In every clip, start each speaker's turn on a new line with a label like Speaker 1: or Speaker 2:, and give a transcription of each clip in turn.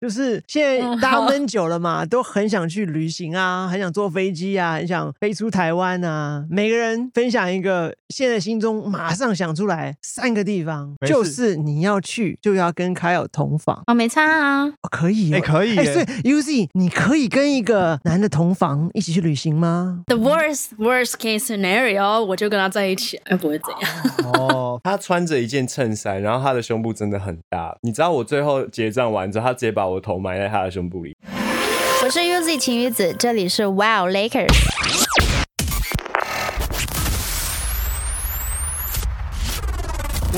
Speaker 1: 就是现在
Speaker 2: 嗯
Speaker 1: 大家
Speaker 2: 好
Speaker 1: 闷久了嘛，都很想去旅行啊，很想坐飞机啊，很想飞出台湾啊。每个人分享一个现在心中马上想出来三个地方，
Speaker 3: 没事
Speaker 1: 就是你要去就要跟凯尔同房，
Speaker 2: 哦，没差啊，
Speaker 1: 哦、可以、哦
Speaker 3: 哎，可以
Speaker 1: 哎、
Speaker 3: 耶
Speaker 1: 所以 Uzi，你可以跟一个男的同房一起去旅行吗？
Speaker 2: The worst worst case scenario，我就跟他在一起，哎，不会怎样。
Speaker 3: 哦， 他穿着一件衬衫，然后他的胸部真的很大。你知道我最后结账完之后，他直接把我头埋在他的胸部里。
Speaker 4: 我是 Uzi 晴雨子，这里是 Wow Lakers。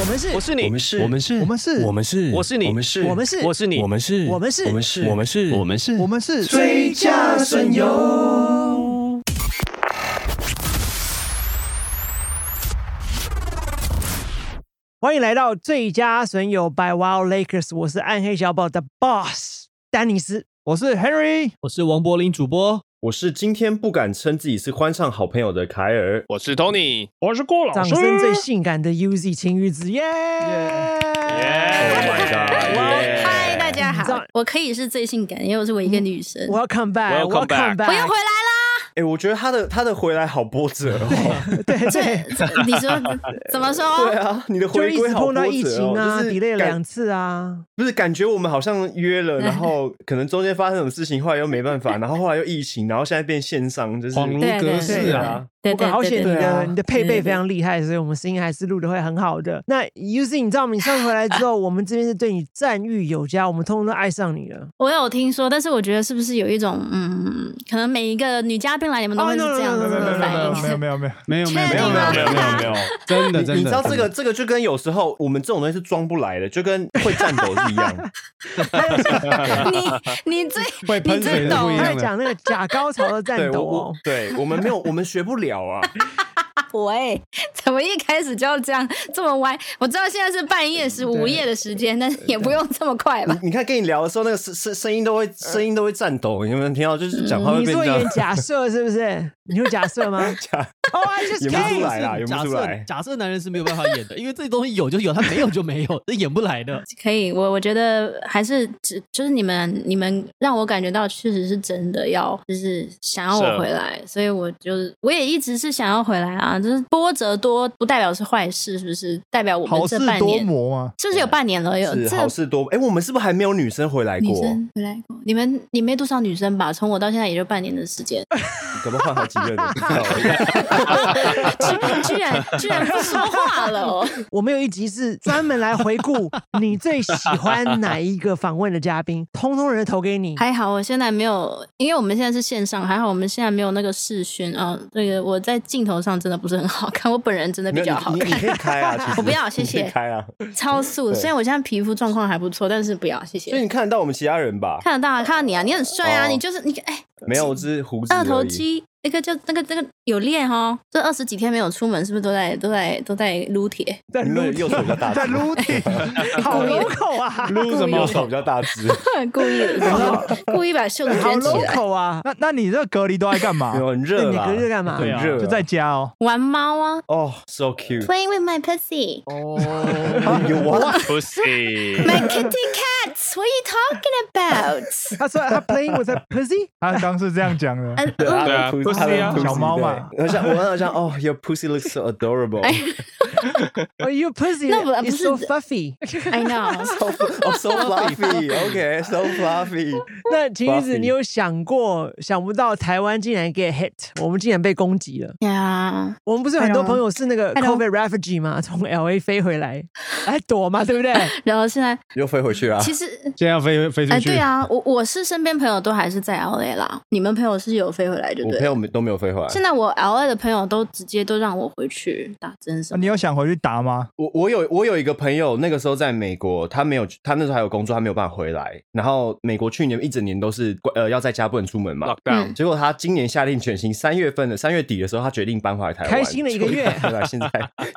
Speaker 1: 我们是，
Speaker 5: 我是你，
Speaker 6: 我们是，
Speaker 5: 我们
Speaker 6: 是
Speaker 1: 我们是
Speaker 6: 我们是，
Speaker 5: 我是你
Speaker 6: 我们是，
Speaker 1: 我们是
Speaker 5: 我是你，
Speaker 6: 我们是，
Speaker 1: 我们是
Speaker 6: 我们是，我们是，我们是，
Speaker 1: 我们是
Speaker 6: 最佳损
Speaker 1: 友。欢迎来到最佳损友 by Wild Lakers，我是暗黑小宝的 Boss 丹尼斯，
Speaker 3: 我是 Henry，
Speaker 5: 我是王柏林主播，
Speaker 3: 我是今天不敢称自己是欢唱好朋友的凯尔。
Speaker 7: 我是 Tony，我是郭
Speaker 1: 掌声最性感的 UZ 情侣子耶！
Speaker 3: Oh
Speaker 7: Yeah
Speaker 3: my god！
Speaker 7: Yeah
Speaker 4: 嗨，大家
Speaker 1: 你知道
Speaker 4: 好，
Speaker 2: 我可以是最性感，因为我是我一个女生。
Speaker 1: 我要 come back，我要 come
Speaker 7: Welcome back
Speaker 1: back，
Speaker 4: 我又回来啦。
Speaker 3: 哎、我觉得他的他的回来好波折哦。
Speaker 1: 对
Speaker 2: 这
Speaker 1: 对，
Speaker 2: 这你说怎么
Speaker 3: 对
Speaker 2: 说？
Speaker 3: 啊，你的
Speaker 1: 就
Speaker 3: 回
Speaker 1: 一直
Speaker 3: 归好波
Speaker 1: 碰
Speaker 3: 折、哦
Speaker 1: 到，疫情啊
Speaker 3: 就是
Speaker 1: ，delay 了
Speaker 3: 感
Speaker 1: 两次啊，
Speaker 3: 不是感觉我们好像约了，然后可能中间发生什么事情，后来又没办法，然后后来又疫情，然后现在变线上，就是
Speaker 6: 恍如
Speaker 2: 对
Speaker 6: 隔
Speaker 2: 对
Speaker 6: 世
Speaker 3: 啊
Speaker 6: 啊！
Speaker 2: 对
Speaker 1: 不过
Speaker 2: 对
Speaker 1: 好
Speaker 2: 对
Speaker 1: 险你
Speaker 2: 对
Speaker 3: 对啊
Speaker 1: 的你的配
Speaker 2: 对
Speaker 1: 备
Speaker 2: 对
Speaker 1: 非常厉害，所以我们声音还是录的会很好的。那 Uzi，你知道我们上次回来之后，我们这边是对你赞誉有加，我们通通都爱上你 了。
Speaker 2: 我有听说，但是我觉得是不是有一种嗯，可能每一个女嘉宾来，你们都
Speaker 1: 哦
Speaker 2: 会是
Speaker 1: no，no，
Speaker 2: 这 样
Speaker 1: 没
Speaker 2: 子
Speaker 1: 有没有
Speaker 2: 的反应。
Speaker 1: 没
Speaker 2: 是
Speaker 1: 有
Speaker 2: 吧
Speaker 1: 没
Speaker 3: 有
Speaker 6: 没
Speaker 3: 没有，
Speaker 6: 有没有
Speaker 4: 确
Speaker 6: 没有
Speaker 4: 定
Speaker 6: 没
Speaker 5: 啊
Speaker 6: 有
Speaker 4: 吗
Speaker 6: 没有没有没有，真的真的，
Speaker 3: 你你知道这
Speaker 6: 真
Speaker 3: 个
Speaker 6: 的
Speaker 3: 这个就跟有时候我们这种东西是装不来的，就跟会战斗是 一样。
Speaker 2: 你你最
Speaker 6: 会喷水
Speaker 2: 你最
Speaker 6: 是
Speaker 2: 懂
Speaker 6: 不一
Speaker 1: 他在
Speaker 6: 样的。
Speaker 1: 讲那个假高潮的
Speaker 3: 对
Speaker 1: 战
Speaker 3: 我
Speaker 1: 斗哦
Speaker 3: 我，对我们没有我们学不了啊，
Speaker 2: 喂， 怎么一开始就要这样这么歪？我知道现在是半夜是午夜的时间，但是也不用这么快吧？
Speaker 3: 你你看跟你聊的时候那个声声声音都会声音都会颤抖，你有没有听到？就是讲话会
Speaker 1: 你
Speaker 3: 变
Speaker 1: 做
Speaker 2: 嗯
Speaker 3: 这
Speaker 1: 一
Speaker 3: 样
Speaker 1: 点，假设是不是？你会假设吗
Speaker 3: 假
Speaker 1: ？Oh, I just
Speaker 3: 演不出
Speaker 1: came。
Speaker 3: 来啦，演
Speaker 5: 假
Speaker 3: 不出
Speaker 5: 设
Speaker 3: 来。
Speaker 5: 假设男人是没有办法演的，因为这东西有就有，他没有就没有，这演不来的。
Speaker 2: 可以，我我觉得还是只就是你们你们让我感觉到确实是真的要就是想要
Speaker 7: 是
Speaker 2: 我回来，所以我就是我也一直是想要回来啊，就是波折多不代表是坏事，是不是？代表我们
Speaker 8: 好
Speaker 2: 这
Speaker 8: 事
Speaker 2: 半
Speaker 8: 多
Speaker 2: 年
Speaker 8: 磨嘛，
Speaker 2: 是不是有半年了？有
Speaker 3: 是
Speaker 2: 这
Speaker 3: 好事多，哎、我们是不是还没有女生回来
Speaker 2: 女
Speaker 3: 过？
Speaker 2: 生回来过，你们你没多少女生吧？从我到现在也就半年的时间，
Speaker 3: 可不可以换好几个 人？不知道
Speaker 2: 居居然居然不说话了、哦。
Speaker 1: 我们有一集是专门来回顾你最喜欢哪一个访问的嘉宾，通通人投
Speaker 3: 嗯
Speaker 1: 给你。
Speaker 2: 还好，我现在没有，因为我们现在是线上，还好我们现在没有那个视讯啊。这个我在镜头上真的不是很好看，我本人真的
Speaker 3: 没
Speaker 2: 比
Speaker 3: 有
Speaker 2: 较好
Speaker 3: 你你 你可以
Speaker 2: 看，
Speaker 3: 开啊，其实
Speaker 2: 我不要谢谢
Speaker 3: 你可以开啊，
Speaker 2: 超素。
Speaker 3: 对
Speaker 2: 虽然我现在皮肤状况还不错，但是不要，谢
Speaker 3: 所以
Speaker 2: 谢。
Speaker 3: 你看得到我们其他人吧？
Speaker 2: 看得到啊，看到你啊，你很帅啊，
Speaker 3: 哦
Speaker 2: 你就是你哎，
Speaker 3: 没有，我只是胡子而已
Speaker 2: 二头。肌那个就那个那个有练哦。这二十几天没有出门，是不是都在都在都在撸铁？
Speaker 1: 在
Speaker 3: 你
Speaker 1: 撸
Speaker 3: 们右手比较大只，
Speaker 8: 在撸铁，
Speaker 1: 好 local 啊，
Speaker 3: 撸什么？右手比较 大只。
Speaker 2: 故意的， 故意把袖子
Speaker 1: 好
Speaker 2: 卷起来。
Speaker 1: local 啊！
Speaker 8: 那那你这隔离都在干嘛
Speaker 3: 没？有很
Speaker 1: 那
Speaker 3: 热
Speaker 1: 你
Speaker 3: 啦，
Speaker 1: 隔日干嘛？
Speaker 3: 很
Speaker 5: 对啊
Speaker 3: 热，
Speaker 8: 就在家哦。
Speaker 2: 玩猫啊
Speaker 3: 哦，so cute。
Speaker 2: ，Play with my pussy。
Speaker 3: 哦有哇，
Speaker 7: Pussy，
Speaker 2: My kitty cats, what are you talking about?
Speaker 1: 他说他 playing with a pussy，
Speaker 8: 他刚是这样讲 的，
Speaker 2: 嗯
Speaker 3: 对
Speaker 7: 对
Speaker 3: 啊
Speaker 7: 啊，pussy 啊
Speaker 8: 小猫嘛。
Speaker 3: 我想，我好像哦，Your pussy looks so adorable，
Speaker 1: Are Oh, you pussy？
Speaker 2: 那我不
Speaker 1: It's so
Speaker 2: 是
Speaker 1: fluffy。
Speaker 2: I know.
Speaker 3: so 哦 so fluffy，OK，so fluffy。
Speaker 1: 那晴雨子，
Speaker 3: Buffy
Speaker 1: 你有想过，想不到台湾竟然 get hit，我们竟然被攻击了。
Speaker 2: 呀，
Speaker 1: 我们不是有很多
Speaker 8: I know
Speaker 1: 朋友是那个
Speaker 8: I know
Speaker 1: COVID refugee 嘛， 从 LA 飞回来来躲嘛，对不对？
Speaker 2: 然后现在
Speaker 3: 又飞回去啊？
Speaker 2: 其实。
Speaker 6: 现在要飞飞出
Speaker 2: 哎，
Speaker 6: 去
Speaker 2: 对，啊，我我是身边朋友都还是在 L A 啦，你们朋友是有飞回来就
Speaker 3: 我
Speaker 2: 对
Speaker 3: 朋
Speaker 2: 了。
Speaker 3: 友们都没有飞回来。
Speaker 2: 现在我 L A 的朋友都直接都让我回去打针什么
Speaker 8: 啊你有想回去打吗？
Speaker 3: 我我有我有一个朋友，那个时候在美国，他没有他那时候还有工作，他没有办法回来。然后美国去年一整年都是关呃要在家不能出门嘛。
Speaker 7: ，Lockdown，
Speaker 2: 嗯
Speaker 3: 结果他今年下定决心，三月份的三月底的时候，他决定搬回来台湾，
Speaker 1: 开心了一个 月
Speaker 3: 就搬回来现在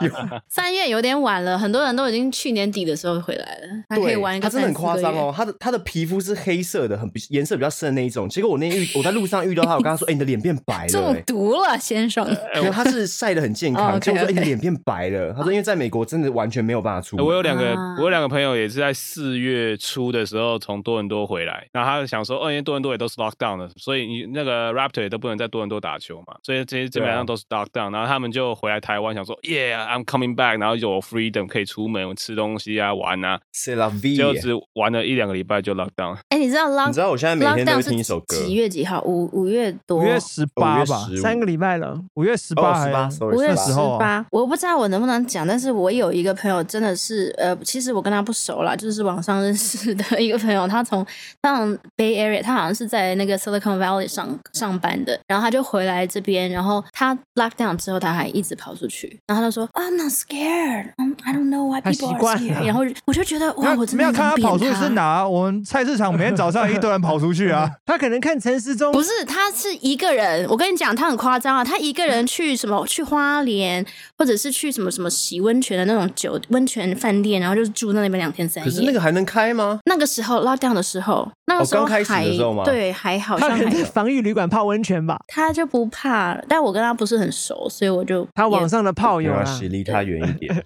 Speaker 3: 有
Speaker 2: 三月有点晚了，很多人都已经去年底的时候回来了，还可以玩
Speaker 3: 对，
Speaker 2: 一
Speaker 3: 他
Speaker 2: 个
Speaker 3: 真的
Speaker 2: 三
Speaker 3: 很
Speaker 2: 四
Speaker 3: 夸
Speaker 2: 个
Speaker 3: 张哦
Speaker 2: 月。。
Speaker 3: 他的他的皮肤是黑色的，很比颜色比较深的那一种。结果我那天遇我在路上遇到他，我跟他说：“哎、你的脸变白了、
Speaker 2: 中
Speaker 3: 欸。”
Speaker 2: 毒了，先生。
Speaker 3: 没有，他是晒的很健
Speaker 2: 哦
Speaker 3: 康，
Speaker 2: ，OK，
Speaker 3: 结果我说：“哎、
Speaker 2: 哦
Speaker 3: 你
Speaker 2: OK
Speaker 3: 的脸变白了。”了。他说因为在美国真的完全没有办法出门。
Speaker 7: 哎我有两个，
Speaker 2: 啊
Speaker 7: 我有两个朋友也是在四月初的时候从多伦多回来，然后他想说，哦，因为多伦多也都是 lock down 的，所以你那个 Raptor 也都不能在多伦多打球嘛，所以这些基本上都是 lock down，然后他们就回来台湾想说，Yeah，I'm coming back，然后有 freedom 可以出门吃东西啊、玩啊，
Speaker 3: C L V，
Speaker 7: 结果只玩了一两个礼拜就 lock down，
Speaker 2: 哎，你知道 lock
Speaker 3: 你知道我现在每天都
Speaker 2: lockdown
Speaker 3: 会
Speaker 2: 是
Speaker 3: 听一首歌，
Speaker 2: 几月几号？五五月多
Speaker 8: 五。月十八吧，
Speaker 1: 三个礼拜了，
Speaker 8: 五月十八
Speaker 3: 八
Speaker 8: 还
Speaker 3: 哦十八
Speaker 2: 五
Speaker 3: ，sorry，
Speaker 2: 月
Speaker 8: 那
Speaker 2: 十
Speaker 8: 时候
Speaker 2: 八
Speaker 8: 啊，
Speaker 2: 我不知道我能不能讲，但是我有一个朋友真的是，呃，其实我跟他不熟啦，就是网上认识的一个朋友，他从 他从 Bay Area，他好像是在那个 Silicon Valley 上上班的，然后他就回来这边，然后他 lockdown 之后，他还一直跑出去，然后他就说，I'm not scared, I'm- I don't know why
Speaker 1: 他
Speaker 2: people
Speaker 1: 习
Speaker 2: are
Speaker 1: 惯了
Speaker 2: scared，然后我就觉得，哇，我真
Speaker 8: 没
Speaker 2: 的
Speaker 8: 有看
Speaker 2: 很
Speaker 8: 他
Speaker 2: 扁
Speaker 8: 跑出去是哪？我们菜市场每天早上一堆人跑出去 啊，
Speaker 1: 他可能看陈时中
Speaker 9: 不是，他是一个人。我跟你讲，他很夸张啊！他一个人去什么去花莲，或者是去什么什么洗温泉的那种酒温泉饭店，然后就是住在那边两天三夜。
Speaker 3: 可是那个还能开吗？
Speaker 9: 那个时候 lockdown 的时候，那个时候
Speaker 3: 刚开始的
Speaker 9: 还、
Speaker 3: 时候吗
Speaker 9: 对，还好
Speaker 1: 他
Speaker 9: 像
Speaker 1: 可
Speaker 9: 还
Speaker 1: 能在
Speaker 9: 有
Speaker 1: 防疫旅馆泡温泉吧，
Speaker 2: 他就不怕了，但我跟他不是很熟，所以我就
Speaker 1: 他网
Speaker 2: 也
Speaker 1: 上的炮
Speaker 3: 没
Speaker 1: 友啊
Speaker 3: 关
Speaker 1: 啦
Speaker 3: 系，，离他远一点。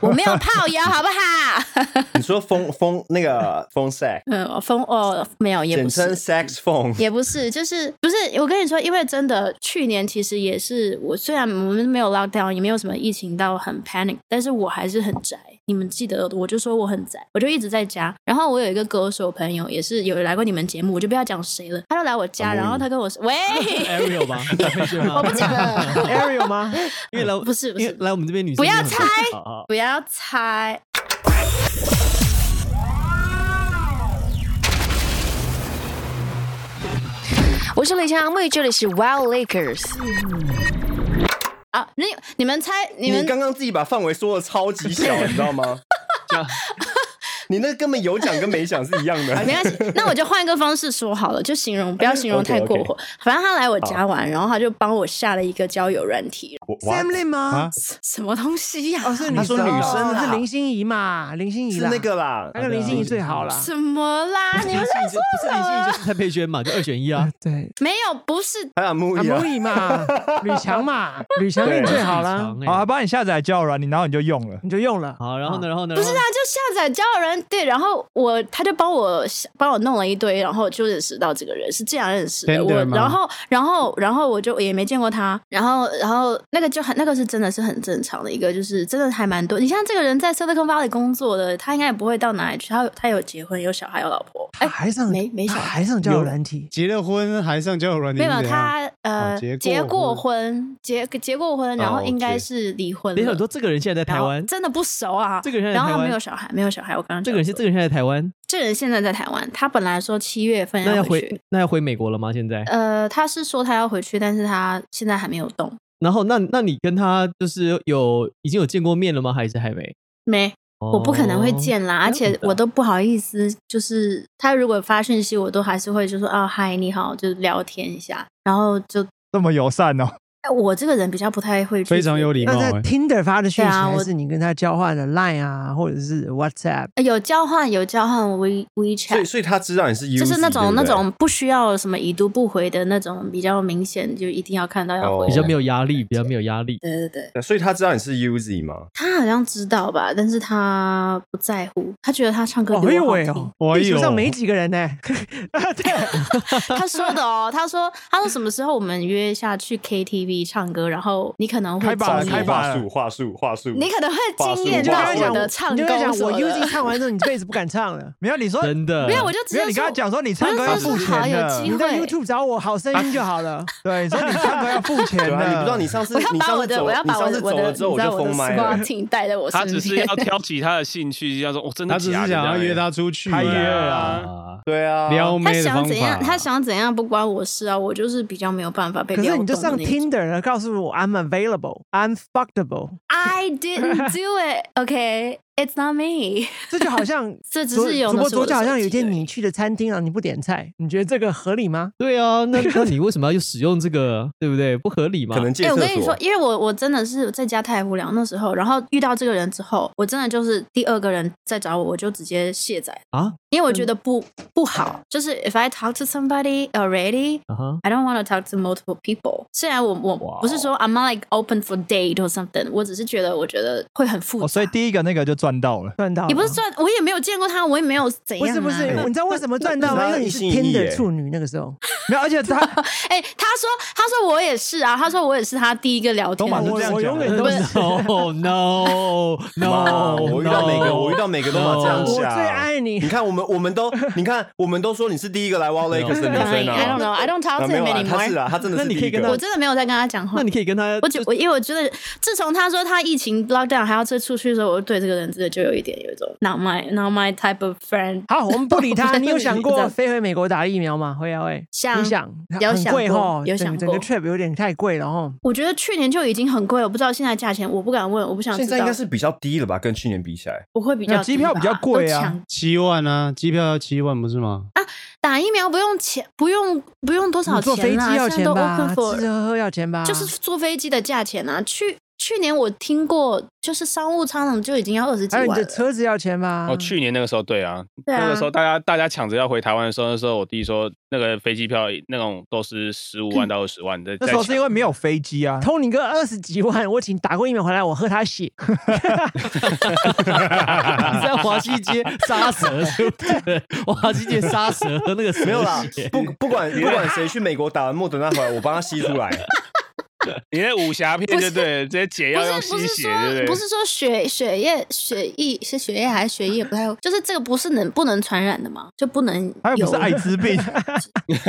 Speaker 9: 我没有泡友，好不好？ 呃
Speaker 3: 你说风风那个风 sack，
Speaker 2: 嗯风哦没有也
Speaker 3: 简
Speaker 2: 不是
Speaker 3: 称 sax phone，
Speaker 2: 也不是，就是不是我跟你说，因为真的去年其实也是我，虽然我们没有 lockdown，也没有什么疫情到很 panic，但是我还是很宅。你们记得，我就说我很宅，我就一直在家。然后我有一个歌手朋友，也是有来过你们节目，我就不要讲谁了，他就来我家，
Speaker 3: 嗯
Speaker 2: 然后他跟我说：“ 喂，
Speaker 5: Ariel 吧，我
Speaker 2: 我不讲，了，
Speaker 1: Ariel 吗？
Speaker 5: 因为来
Speaker 2: 不是不
Speaker 5: 因为
Speaker 2: 是，
Speaker 5: 来我们这边女生
Speaker 9: 不要
Speaker 5: 就很
Speaker 9: 猜
Speaker 5: 好好好
Speaker 2: 不要猜。”
Speaker 10: 我是李强妹，这里是 Wild Lakers。
Speaker 2: 啊，你你们猜，你
Speaker 3: 嗯你
Speaker 2: 们
Speaker 3: 刚刚自己把范围缩的超级小，你知 道吗？你那根本有奖跟没奖是一样的。
Speaker 2: 啊 没关系，那我就换一个方式说好了，就形容不要形容太过火。反正他来我家玩，然后他就帮我下了一个交友软体，
Speaker 3: 我
Speaker 1: Sam Lin 吗
Speaker 11: 啊？
Speaker 2: 什么东西呀、
Speaker 1: 哦，是
Speaker 3: 他说女生
Speaker 1: 哦
Speaker 3: 啦
Speaker 1: 是林心怡嘛？林心怡
Speaker 3: 是
Speaker 1: 啦
Speaker 3: 那个啦，
Speaker 1: 那个林心怡最好啦。
Speaker 2: 什么啦？你们
Speaker 5: 林心怡就不是林心怡就是蔡佩轩嘛，就二选一啊。
Speaker 1: 对，
Speaker 2: 没有不是
Speaker 3: 还有木
Speaker 1: 阿
Speaker 3: 易啊
Speaker 1: 莫，里嘛，吕强嘛，吕强你最好啦，
Speaker 8: 好，啊
Speaker 5: 好
Speaker 8: 他，帮你下载交友软体，然后你就用了。
Speaker 1: 你就用了。
Speaker 5: 欸好，然后呢，
Speaker 1: 啊？
Speaker 5: 然后呢，
Speaker 2: 不是啊，
Speaker 5: 然后呢
Speaker 2: 就下载交友软对，然后我他就帮我帮我弄了一堆，然后就认识到这个人是这样认识的。我
Speaker 11: Tinder 吗
Speaker 2: 然后然后然后我就也没见过他，然后然后那个就很那个是真的是很正常的一个，就是真的还蛮多。你像这个人在 Silicon Valley 工作的，他应该也不会到哪里去，他有他有结婚，有小孩，有老婆。
Speaker 1: 他啊还上
Speaker 2: 哎没没
Speaker 1: 他
Speaker 2: 想
Speaker 1: 嗯啊还上交友软体，
Speaker 11: 结了婚还上交友软体
Speaker 2: 没
Speaker 11: 是
Speaker 2: 有
Speaker 11: 怎样？
Speaker 2: 他呃
Speaker 11: 哦结
Speaker 2: 结过
Speaker 11: 过
Speaker 2: 婚，结结过婚，然后
Speaker 11: 哦
Speaker 2: 应该
Speaker 11: 结
Speaker 2: 是离婚了。
Speaker 5: 等一下，你说这个人现在在
Speaker 2: 然
Speaker 5: 台
Speaker 2: 后
Speaker 5: 湾，
Speaker 2: 真的不熟啊。
Speaker 5: 这个人在
Speaker 2: 然后
Speaker 5: 台
Speaker 2: 他
Speaker 5: 湾
Speaker 2: 没有小孩，没有小孩。我刚刚
Speaker 5: 这个人是
Speaker 2: 讲
Speaker 5: 这个人现在在台湾，
Speaker 2: 这个人现在在台湾，他本来说七月份
Speaker 5: 那要
Speaker 2: 回
Speaker 5: 回
Speaker 2: 去。
Speaker 5: 那要回美国了吗？现在？
Speaker 2: 呃，他是说他要回去，但是他现在还没有动，
Speaker 5: 然后那那你跟他就是有已经有见过面了吗？还是还没？
Speaker 2: 没，我不可能会
Speaker 11: 哦
Speaker 2: 见啦，而
Speaker 5: 这样
Speaker 2: 且
Speaker 5: 子啊
Speaker 2: 我都不好意思，就是他如果发讯息，我都还是会就说啊嗨你好，就聊天一下，然后就
Speaker 8: 这么友善哦，
Speaker 2: 哎我这个人比较不太会拒绝
Speaker 11: 非常有礼貌
Speaker 1: 那在
Speaker 5: 啊
Speaker 11: 哎。
Speaker 1: Tinder 发的讯息，
Speaker 2: 对啊我
Speaker 1: 还是你跟他交换的 Line 啊，或者是 WhatsApp？
Speaker 2: 呃有交换有交换 We
Speaker 3: 所以
Speaker 2: WeChat，
Speaker 3: 所以他知道你是 U，
Speaker 2: 就是那种那
Speaker 5: 哦
Speaker 2: 种不需要什么已读不回的那种，比较明显就一定要看到要回
Speaker 3: 哦
Speaker 2: 的，
Speaker 5: 比较没有压力，比较没有压力。
Speaker 2: 对对对。
Speaker 3: 种，所以他知道你是 Uzi 吗？
Speaker 2: 他好像知道吧，但是他不在乎，他觉得他唱歌
Speaker 1: 哦，
Speaker 2: 比
Speaker 1: 哎
Speaker 2: 我好
Speaker 1: 喂
Speaker 2: 听。
Speaker 1: 哦，
Speaker 11: 哎
Speaker 1: 地球
Speaker 11: 呦
Speaker 1: 上没几个人呢。
Speaker 2: 他说的哦，他说他说什么时候我们约下去 KTV 唱歌，然后你可能会
Speaker 8: 开吧
Speaker 2: 惊
Speaker 8: 开
Speaker 2: 艳，
Speaker 8: 吧
Speaker 3: 话术话术话术，
Speaker 2: 你可能会惊
Speaker 1: 你
Speaker 2: 艳
Speaker 1: 就
Speaker 2: 到
Speaker 1: 跟他
Speaker 3: 话术
Speaker 1: 讲
Speaker 2: 我的唱
Speaker 1: 你就
Speaker 2: 功
Speaker 1: 跟他讲
Speaker 2: 什
Speaker 1: 我
Speaker 2: 么的
Speaker 1: Uzi 唱完之后，你这辈子不敢唱 了。
Speaker 8: 没有你说，
Speaker 5: 真的，
Speaker 2: 呃没有，我就直
Speaker 8: 没
Speaker 2: 接
Speaker 8: 有你跟他
Speaker 2: 说
Speaker 8: 讲说你唱歌
Speaker 2: 我
Speaker 8: 要
Speaker 2: 就说
Speaker 8: 付
Speaker 2: 是好
Speaker 8: 钱
Speaker 2: 有
Speaker 8: 的
Speaker 2: 机，
Speaker 1: 你在
Speaker 2: 会
Speaker 1: YouTube 找我好声音就好 了。
Speaker 8: 对，你 说你唱歌要付钱
Speaker 3: 对
Speaker 8: 的，
Speaker 3: 啊，你不知道你上次
Speaker 2: 我要
Speaker 3: 你
Speaker 2: 把
Speaker 3: 上
Speaker 2: 我
Speaker 3: 次
Speaker 2: 的
Speaker 3: 走
Speaker 2: 我要
Speaker 3: 你
Speaker 2: 把我
Speaker 3: 上次
Speaker 2: 的我
Speaker 3: 走
Speaker 2: 的
Speaker 3: 了
Speaker 2: 你
Speaker 3: 之后
Speaker 2: 知
Speaker 3: 我
Speaker 2: 道
Speaker 3: 就
Speaker 2: 我的
Speaker 3: 封麦了
Speaker 2: squad。team 带在我身
Speaker 7: 他
Speaker 2: 边，
Speaker 7: 只是要挑起他的兴趣，要说我真的
Speaker 11: 他只是
Speaker 7: 假的，
Speaker 11: 想要约
Speaker 7: 这样
Speaker 11: 他出去，
Speaker 8: 太
Speaker 5: 哎
Speaker 7: 对
Speaker 8: 约了
Speaker 7: 啊，
Speaker 8: 啊
Speaker 5: 啊，
Speaker 3: 对啊，
Speaker 11: 撩
Speaker 2: 他
Speaker 11: 妹的
Speaker 2: 想
Speaker 11: 方
Speaker 2: 怎样，
Speaker 11: 法。啊
Speaker 2: 他想怎样不关我事啊！我就是比较没有办法被
Speaker 1: 可
Speaker 2: 撩
Speaker 1: 是
Speaker 2: 动
Speaker 1: 你
Speaker 2: 的
Speaker 1: 就
Speaker 2: 那种。
Speaker 1: 上 Tinder 了，告诉我 I'm available, I'm fuckable。
Speaker 2: I didn't do it. OK， It's not me，
Speaker 1: 这就好像
Speaker 2: 这只
Speaker 1: 左
Speaker 2: 是有
Speaker 1: 主播
Speaker 2: 那是我
Speaker 1: 左
Speaker 2: 的
Speaker 1: 脚好像有一
Speaker 2: 手
Speaker 1: 天
Speaker 2: 机而已
Speaker 1: 你去的餐厅啊，你不点菜，你觉得这个合理吗？
Speaker 5: 对啊，那那你为什么要使用这个？对不对？不合理嘛
Speaker 3: 可。能借
Speaker 2: 哎、
Speaker 3: 厕
Speaker 2: 我跟你
Speaker 3: 所
Speaker 2: 说，。因为我我真的是在家太无聊那时候，然后遇到这个人之后，我真的就是第二个人再找我，我就直接卸载
Speaker 5: 啊，
Speaker 2: 因为我觉得不不好。就是 if I talk to somebody already。
Speaker 5: 啊哈，
Speaker 2: I don't want to talk to multiple people。虽然我我
Speaker 5: 哇哦
Speaker 2: 不是说 I'm not like open for date or something，我只是觉得我觉得会很复杂。
Speaker 8: 哦，所以第一个那个就赚到了。
Speaker 1: 赚到
Speaker 2: 也不
Speaker 1: 了
Speaker 2: 是赚，我也没有见过他，我也没有怎
Speaker 1: 不
Speaker 2: 样、啊。
Speaker 1: 是不是，你知道为什么赚到
Speaker 3: 那
Speaker 1: 吗？因
Speaker 3: 是他
Speaker 1: 为你是
Speaker 3: 一心一
Speaker 1: 天
Speaker 3: 意
Speaker 1: 的
Speaker 3: 耶
Speaker 1: 处女那个时候，
Speaker 8: 没有，而且他
Speaker 2: 哎、他说他说我也是啊，他说我也是他第一个聊天
Speaker 8: 都
Speaker 2: 的
Speaker 8: 马
Speaker 2: 人。
Speaker 8: 是这样
Speaker 1: 我
Speaker 8: 讲
Speaker 1: 永
Speaker 8: 的
Speaker 1: 远都是
Speaker 5: no，Oh no
Speaker 3: 妈
Speaker 5: no，
Speaker 3: 我遇到每个，
Speaker 5: no
Speaker 3: 我遇到每个都嘛这样
Speaker 1: 我
Speaker 3: 想。
Speaker 1: 最爱你
Speaker 3: 你看我们，我们都，你看我们都说你是第一个来 w a l l a k e r 的女
Speaker 2: I
Speaker 3: 生
Speaker 2: don't
Speaker 3: 啊。
Speaker 2: know, I don't
Speaker 3: 啊
Speaker 2: talk to
Speaker 3: 没有
Speaker 2: him
Speaker 3: 啊，他是
Speaker 2: anymore。
Speaker 3: 啊，他真的
Speaker 5: 那
Speaker 3: 是
Speaker 5: 你
Speaker 3: 第
Speaker 5: 可
Speaker 3: 一
Speaker 5: 以跟
Speaker 3: 个
Speaker 5: 他。
Speaker 2: 我真的没有在跟他讲话
Speaker 5: 那。你可以跟他，
Speaker 2: 我觉
Speaker 5: 就
Speaker 2: 我因为我觉得，自从他说他疫情 lockdown 还要再出去的时候，我对这个人真的就有一点有一种 not my not my type of friend。
Speaker 1: 好， 我们不理他。你有想
Speaker 2: 这
Speaker 1: 过
Speaker 2: 样
Speaker 1: 飞回美国打疫苗吗？会啊会，
Speaker 2: 想
Speaker 1: 你想，
Speaker 2: 有
Speaker 1: 很
Speaker 2: 想
Speaker 1: 贵
Speaker 2: 过
Speaker 1: 吼，
Speaker 2: 有
Speaker 1: 整
Speaker 2: 想
Speaker 1: 整个
Speaker 2: 过
Speaker 1: trip 有点太贵了吼。
Speaker 2: 我觉得去年就已经很贵了，我不知道现在价钱，我不敢问，我不想
Speaker 3: 现
Speaker 2: 知
Speaker 3: 在应
Speaker 2: 道
Speaker 3: 该。是比较低了吧，跟去年比起来。
Speaker 2: 我会比
Speaker 8: 没
Speaker 2: 较
Speaker 8: 有机票比较贵
Speaker 2: 低吧都
Speaker 8: 啊
Speaker 2: 抢，
Speaker 11: 七万啊，机票要七万不是吗？
Speaker 2: 打疫苗不用钱，不用不用多少
Speaker 1: 你
Speaker 2: 钱
Speaker 1: 坐
Speaker 2: 啊，
Speaker 1: 飞机要
Speaker 2: 现
Speaker 1: 钱
Speaker 2: 在都
Speaker 1: 吧
Speaker 2: open，for
Speaker 1: 吃吃喝喝要钱吧，
Speaker 2: 就是坐飞机的价钱啊。去去年我听过，就是商务舱就已经要二十几
Speaker 1: 还有
Speaker 2: 万
Speaker 1: 你的
Speaker 2: 了。
Speaker 1: 车子要钱吧。
Speaker 7: 哦，去年那个时候，对啊，
Speaker 2: 对啊
Speaker 7: 那个时候大家大家抢着要回台湾的时候，那时候我弟说那个飞机票那种都是十五万到二十万的，
Speaker 8: 那时候是因为没有飞机啊，
Speaker 1: 偷你个二十几万，我请打过疫苗回来，我喝他 血。
Speaker 5: 你在华西街杀蛇，对不对？ 华西街杀 蛇那个蛇
Speaker 3: 没有啦
Speaker 5: 血，
Speaker 3: 不不管不管谁去美国打完莫德纳回来，我帮他吸出来。
Speaker 7: 你那武侠片就对了，直接解
Speaker 2: 不
Speaker 7: 药用
Speaker 2: 是不
Speaker 7: 吸
Speaker 2: 是
Speaker 7: 血，对
Speaker 2: 说
Speaker 7: 对
Speaker 2: 不？是说血血液血液是血液还是血液不太，就是这个不是能不能传染的吗？就不能
Speaker 8: 还有不
Speaker 2: 有，啊
Speaker 8: 是艾滋病，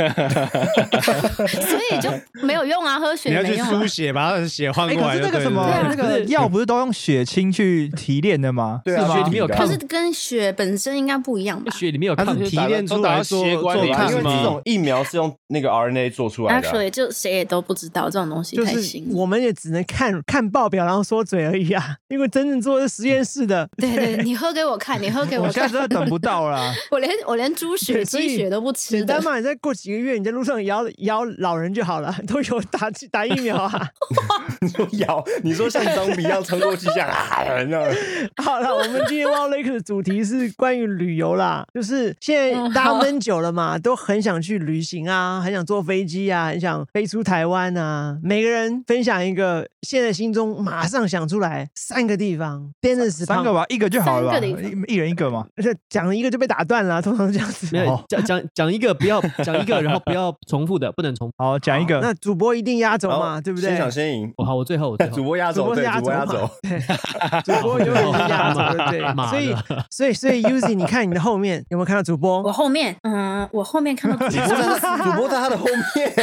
Speaker 2: 所以就没有用啊，喝血
Speaker 11: 你要
Speaker 2: 没
Speaker 11: 去
Speaker 2: 用、啊
Speaker 11: 输。血，把他的血换
Speaker 8: 哎，
Speaker 11: 过
Speaker 8: 可
Speaker 11: 来
Speaker 8: 是
Speaker 11: 就
Speaker 8: 那个
Speaker 11: 对
Speaker 8: 什么
Speaker 11: 了。
Speaker 8: 那个药不是都用血清去提炼的吗？
Speaker 3: 对啊
Speaker 8: 是吗
Speaker 5: 血里面有
Speaker 3: 可
Speaker 5: 抗
Speaker 2: 可是跟血本身应该不一样吧
Speaker 5: 血里面有
Speaker 11: 他
Speaker 5: 抗
Speaker 11: 是
Speaker 5: 体
Speaker 11: 提炼出来
Speaker 7: 都
Speaker 11: 做
Speaker 7: 打血管
Speaker 11: 做
Speaker 7: 里
Speaker 11: 抗
Speaker 3: 因为
Speaker 7: 是吗
Speaker 3: 这
Speaker 11: 体，
Speaker 3: 种疫苗是用那个 RNA 做出来的啊。
Speaker 2: ？Actually，就谁也都不知道这种东西
Speaker 1: 就
Speaker 2: 太
Speaker 1: 是
Speaker 2: 新了。
Speaker 1: 我们也只能看看报表，然后说嘴而已啊。 因为真正做的是实验室的，
Speaker 2: 对对，你喝给我看，你喝给
Speaker 8: 我
Speaker 2: 我
Speaker 8: 现在
Speaker 2: 看
Speaker 8: 真。的等不 到啦。
Speaker 2: 我连我连猪血、
Speaker 1: 对所以
Speaker 2: 鸡血都不吃
Speaker 1: 简
Speaker 2: 的
Speaker 1: 单。嘛，你再过几个月，你在路上摇摇老人就好了， 都有打打疫苗啊。
Speaker 3: 咬，你说像张比一样穿过去这样啊，那样
Speaker 1: 好了，我们今天 Wow Lake 的主题是关于旅游啦，就是现在大家闷久了嘛，都很想去旅行啊，很想坐飞机啊，很想飞出台湾啊。每个人分享一个现在心中马上想出来三个地方 d e n n i s
Speaker 8: 三个吧，一个就好了吧，
Speaker 2: 三个的意
Speaker 8: 一一人一个嘛。
Speaker 1: 而且讲一个就被打断了，通常这样子。
Speaker 5: 没有
Speaker 8: 哦
Speaker 5: 讲讲讲一个，不要讲一个，然后不要重复的，不能重复。
Speaker 8: 好，讲一 个。
Speaker 1: 那主播一定压轴
Speaker 3: 然后
Speaker 1: 嘛，对不
Speaker 3: 先
Speaker 1: 对？
Speaker 3: 抢先赢。
Speaker 5: 我好，我最后我最后
Speaker 3: 主播压
Speaker 1: 主
Speaker 3: 轴，
Speaker 1: 播是
Speaker 3: 对，
Speaker 1: 压
Speaker 3: 主
Speaker 1: 轴
Speaker 3: 播压
Speaker 1: 嘛
Speaker 3: 轴。
Speaker 1: 主播永远是压轴的，对。
Speaker 5: 妈
Speaker 1: 所以
Speaker 5: 的，
Speaker 1: 所以，所以 Uzi，你看你的后面有没有看到主播
Speaker 2: 我？后面，嗯，我后面看到猪
Speaker 3: 主播在他主播在他的后面，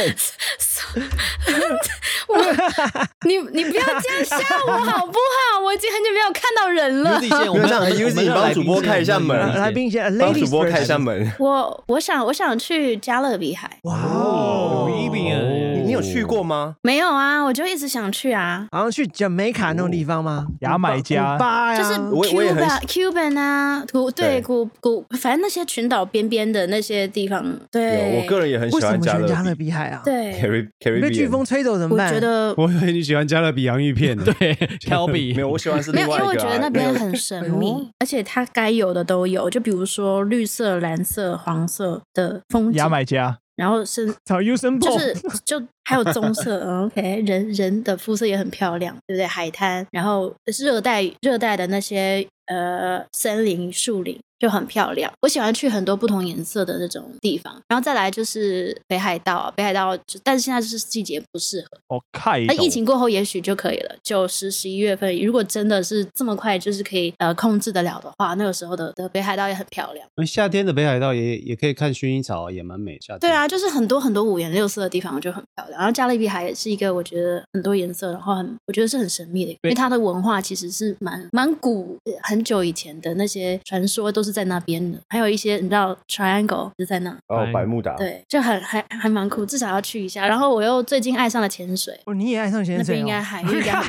Speaker 2: 你 你不要这样吓我好不好？我已经很久没有看到人
Speaker 5: 刘
Speaker 2: 了。
Speaker 5: 子健，我
Speaker 3: 没
Speaker 5: 们
Speaker 3: 有像 Uzi，
Speaker 5: 我们我们
Speaker 3: 你帮
Speaker 5: 来宾
Speaker 3: 主播
Speaker 5: 先
Speaker 3: 开一下
Speaker 5: 我们
Speaker 3: 门
Speaker 5: 来宾
Speaker 1: 呃来
Speaker 5: 先
Speaker 1: 宾先
Speaker 3: 帮
Speaker 1: ，Ladies
Speaker 3: 主播
Speaker 1: first
Speaker 3: 开一下。门。
Speaker 2: 我我想我想去加勒比海，
Speaker 1: 哇哦，
Speaker 3: 你
Speaker 5: 啊
Speaker 3: 你有去 过吗？
Speaker 2: 没有啊，我就一直想去啊，
Speaker 1: 好像去jamaica 那种地方吗？
Speaker 8: 牙买加
Speaker 1: 古巴呀，
Speaker 2: 就是
Speaker 3: 哎我我也很
Speaker 2: Cuba Cuban 啊，古
Speaker 3: 对
Speaker 2: 对古古，反正那些群岛边边的那些地方，
Speaker 3: 有，
Speaker 2: 对，
Speaker 3: 我个人也很喜
Speaker 1: 为什
Speaker 3: 欢
Speaker 1: 么
Speaker 3: 加
Speaker 1: 选加
Speaker 3: 勒
Speaker 1: 勒
Speaker 3: 比。
Speaker 1: 比海啊？，
Speaker 2: 对，
Speaker 3: Carry
Speaker 1: 被
Speaker 3: Carry
Speaker 1: 飓风吹走怎么
Speaker 2: 我
Speaker 1: 办？
Speaker 2: 觉得
Speaker 11: 我以为你喜欢加勒比洋芋片呢。
Speaker 5: 对 k e l b y
Speaker 3: 没有，我喜欢是
Speaker 2: 没
Speaker 3: 另
Speaker 2: 有，因
Speaker 3: 外一
Speaker 2: 为
Speaker 3: 个啊。
Speaker 2: 我觉得那边
Speaker 3: 个
Speaker 2: 很神
Speaker 1: 哎
Speaker 2: 秘，而且它该有的都有，就比如说绿色、蓝色、黄色的风景
Speaker 8: 牙，买加，
Speaker 2: 然后是
Speaker 1: 找 Usain
Speaker 2: 就
Speaker 1: Bolt，
Speaker 2: 是就还有棕色嗯，OK，人人的肤色也很漂亮，对不对？海滩，然后热带热带的那些呃森林、树林就很漂亮。我喜欢去很多不同颜色的那种地方，然后再来就是北海道，啊北海道就但是现在就是季节不适合，
Speaker 8: 我
Speaker 5: 哦
Speaker 8: 看一
Speaker 2: 那哎疫情过后也许就可以了，九十、十一月份，如果真的是这么快，就是可以呃控制得了的话，那个时候的的北海道也很漂亮。
Speaker 11: 那夏天的北海道也也可以看薰衣草，也蛮美。夏天
Speaker 2: 对，啊，就是很多很多五颜六色的地方就很漂亮。然后加勒比海也是一个我觉得很多颜色，然后很我觉得是很神秘的，因为它的文化其实是蛮蛮古，呃很久以前的那些传说都是在那边的，还有一些你知道 Triangle 就在
Speaker 1: 啊
Speaker 2: 那，
Speaker 3: 哦，百慕达，
Speaker 2: 对，就很还还蛮酷，至少要去一下。然后我又最近爱上了潜水，
Speaker 1: 哦，你也爱上潜
Speaker 2: 那
Speaker 1: 水、
Speaker 2: 边
Speaker 1: 哦？
Speaker 2: 应该海域 两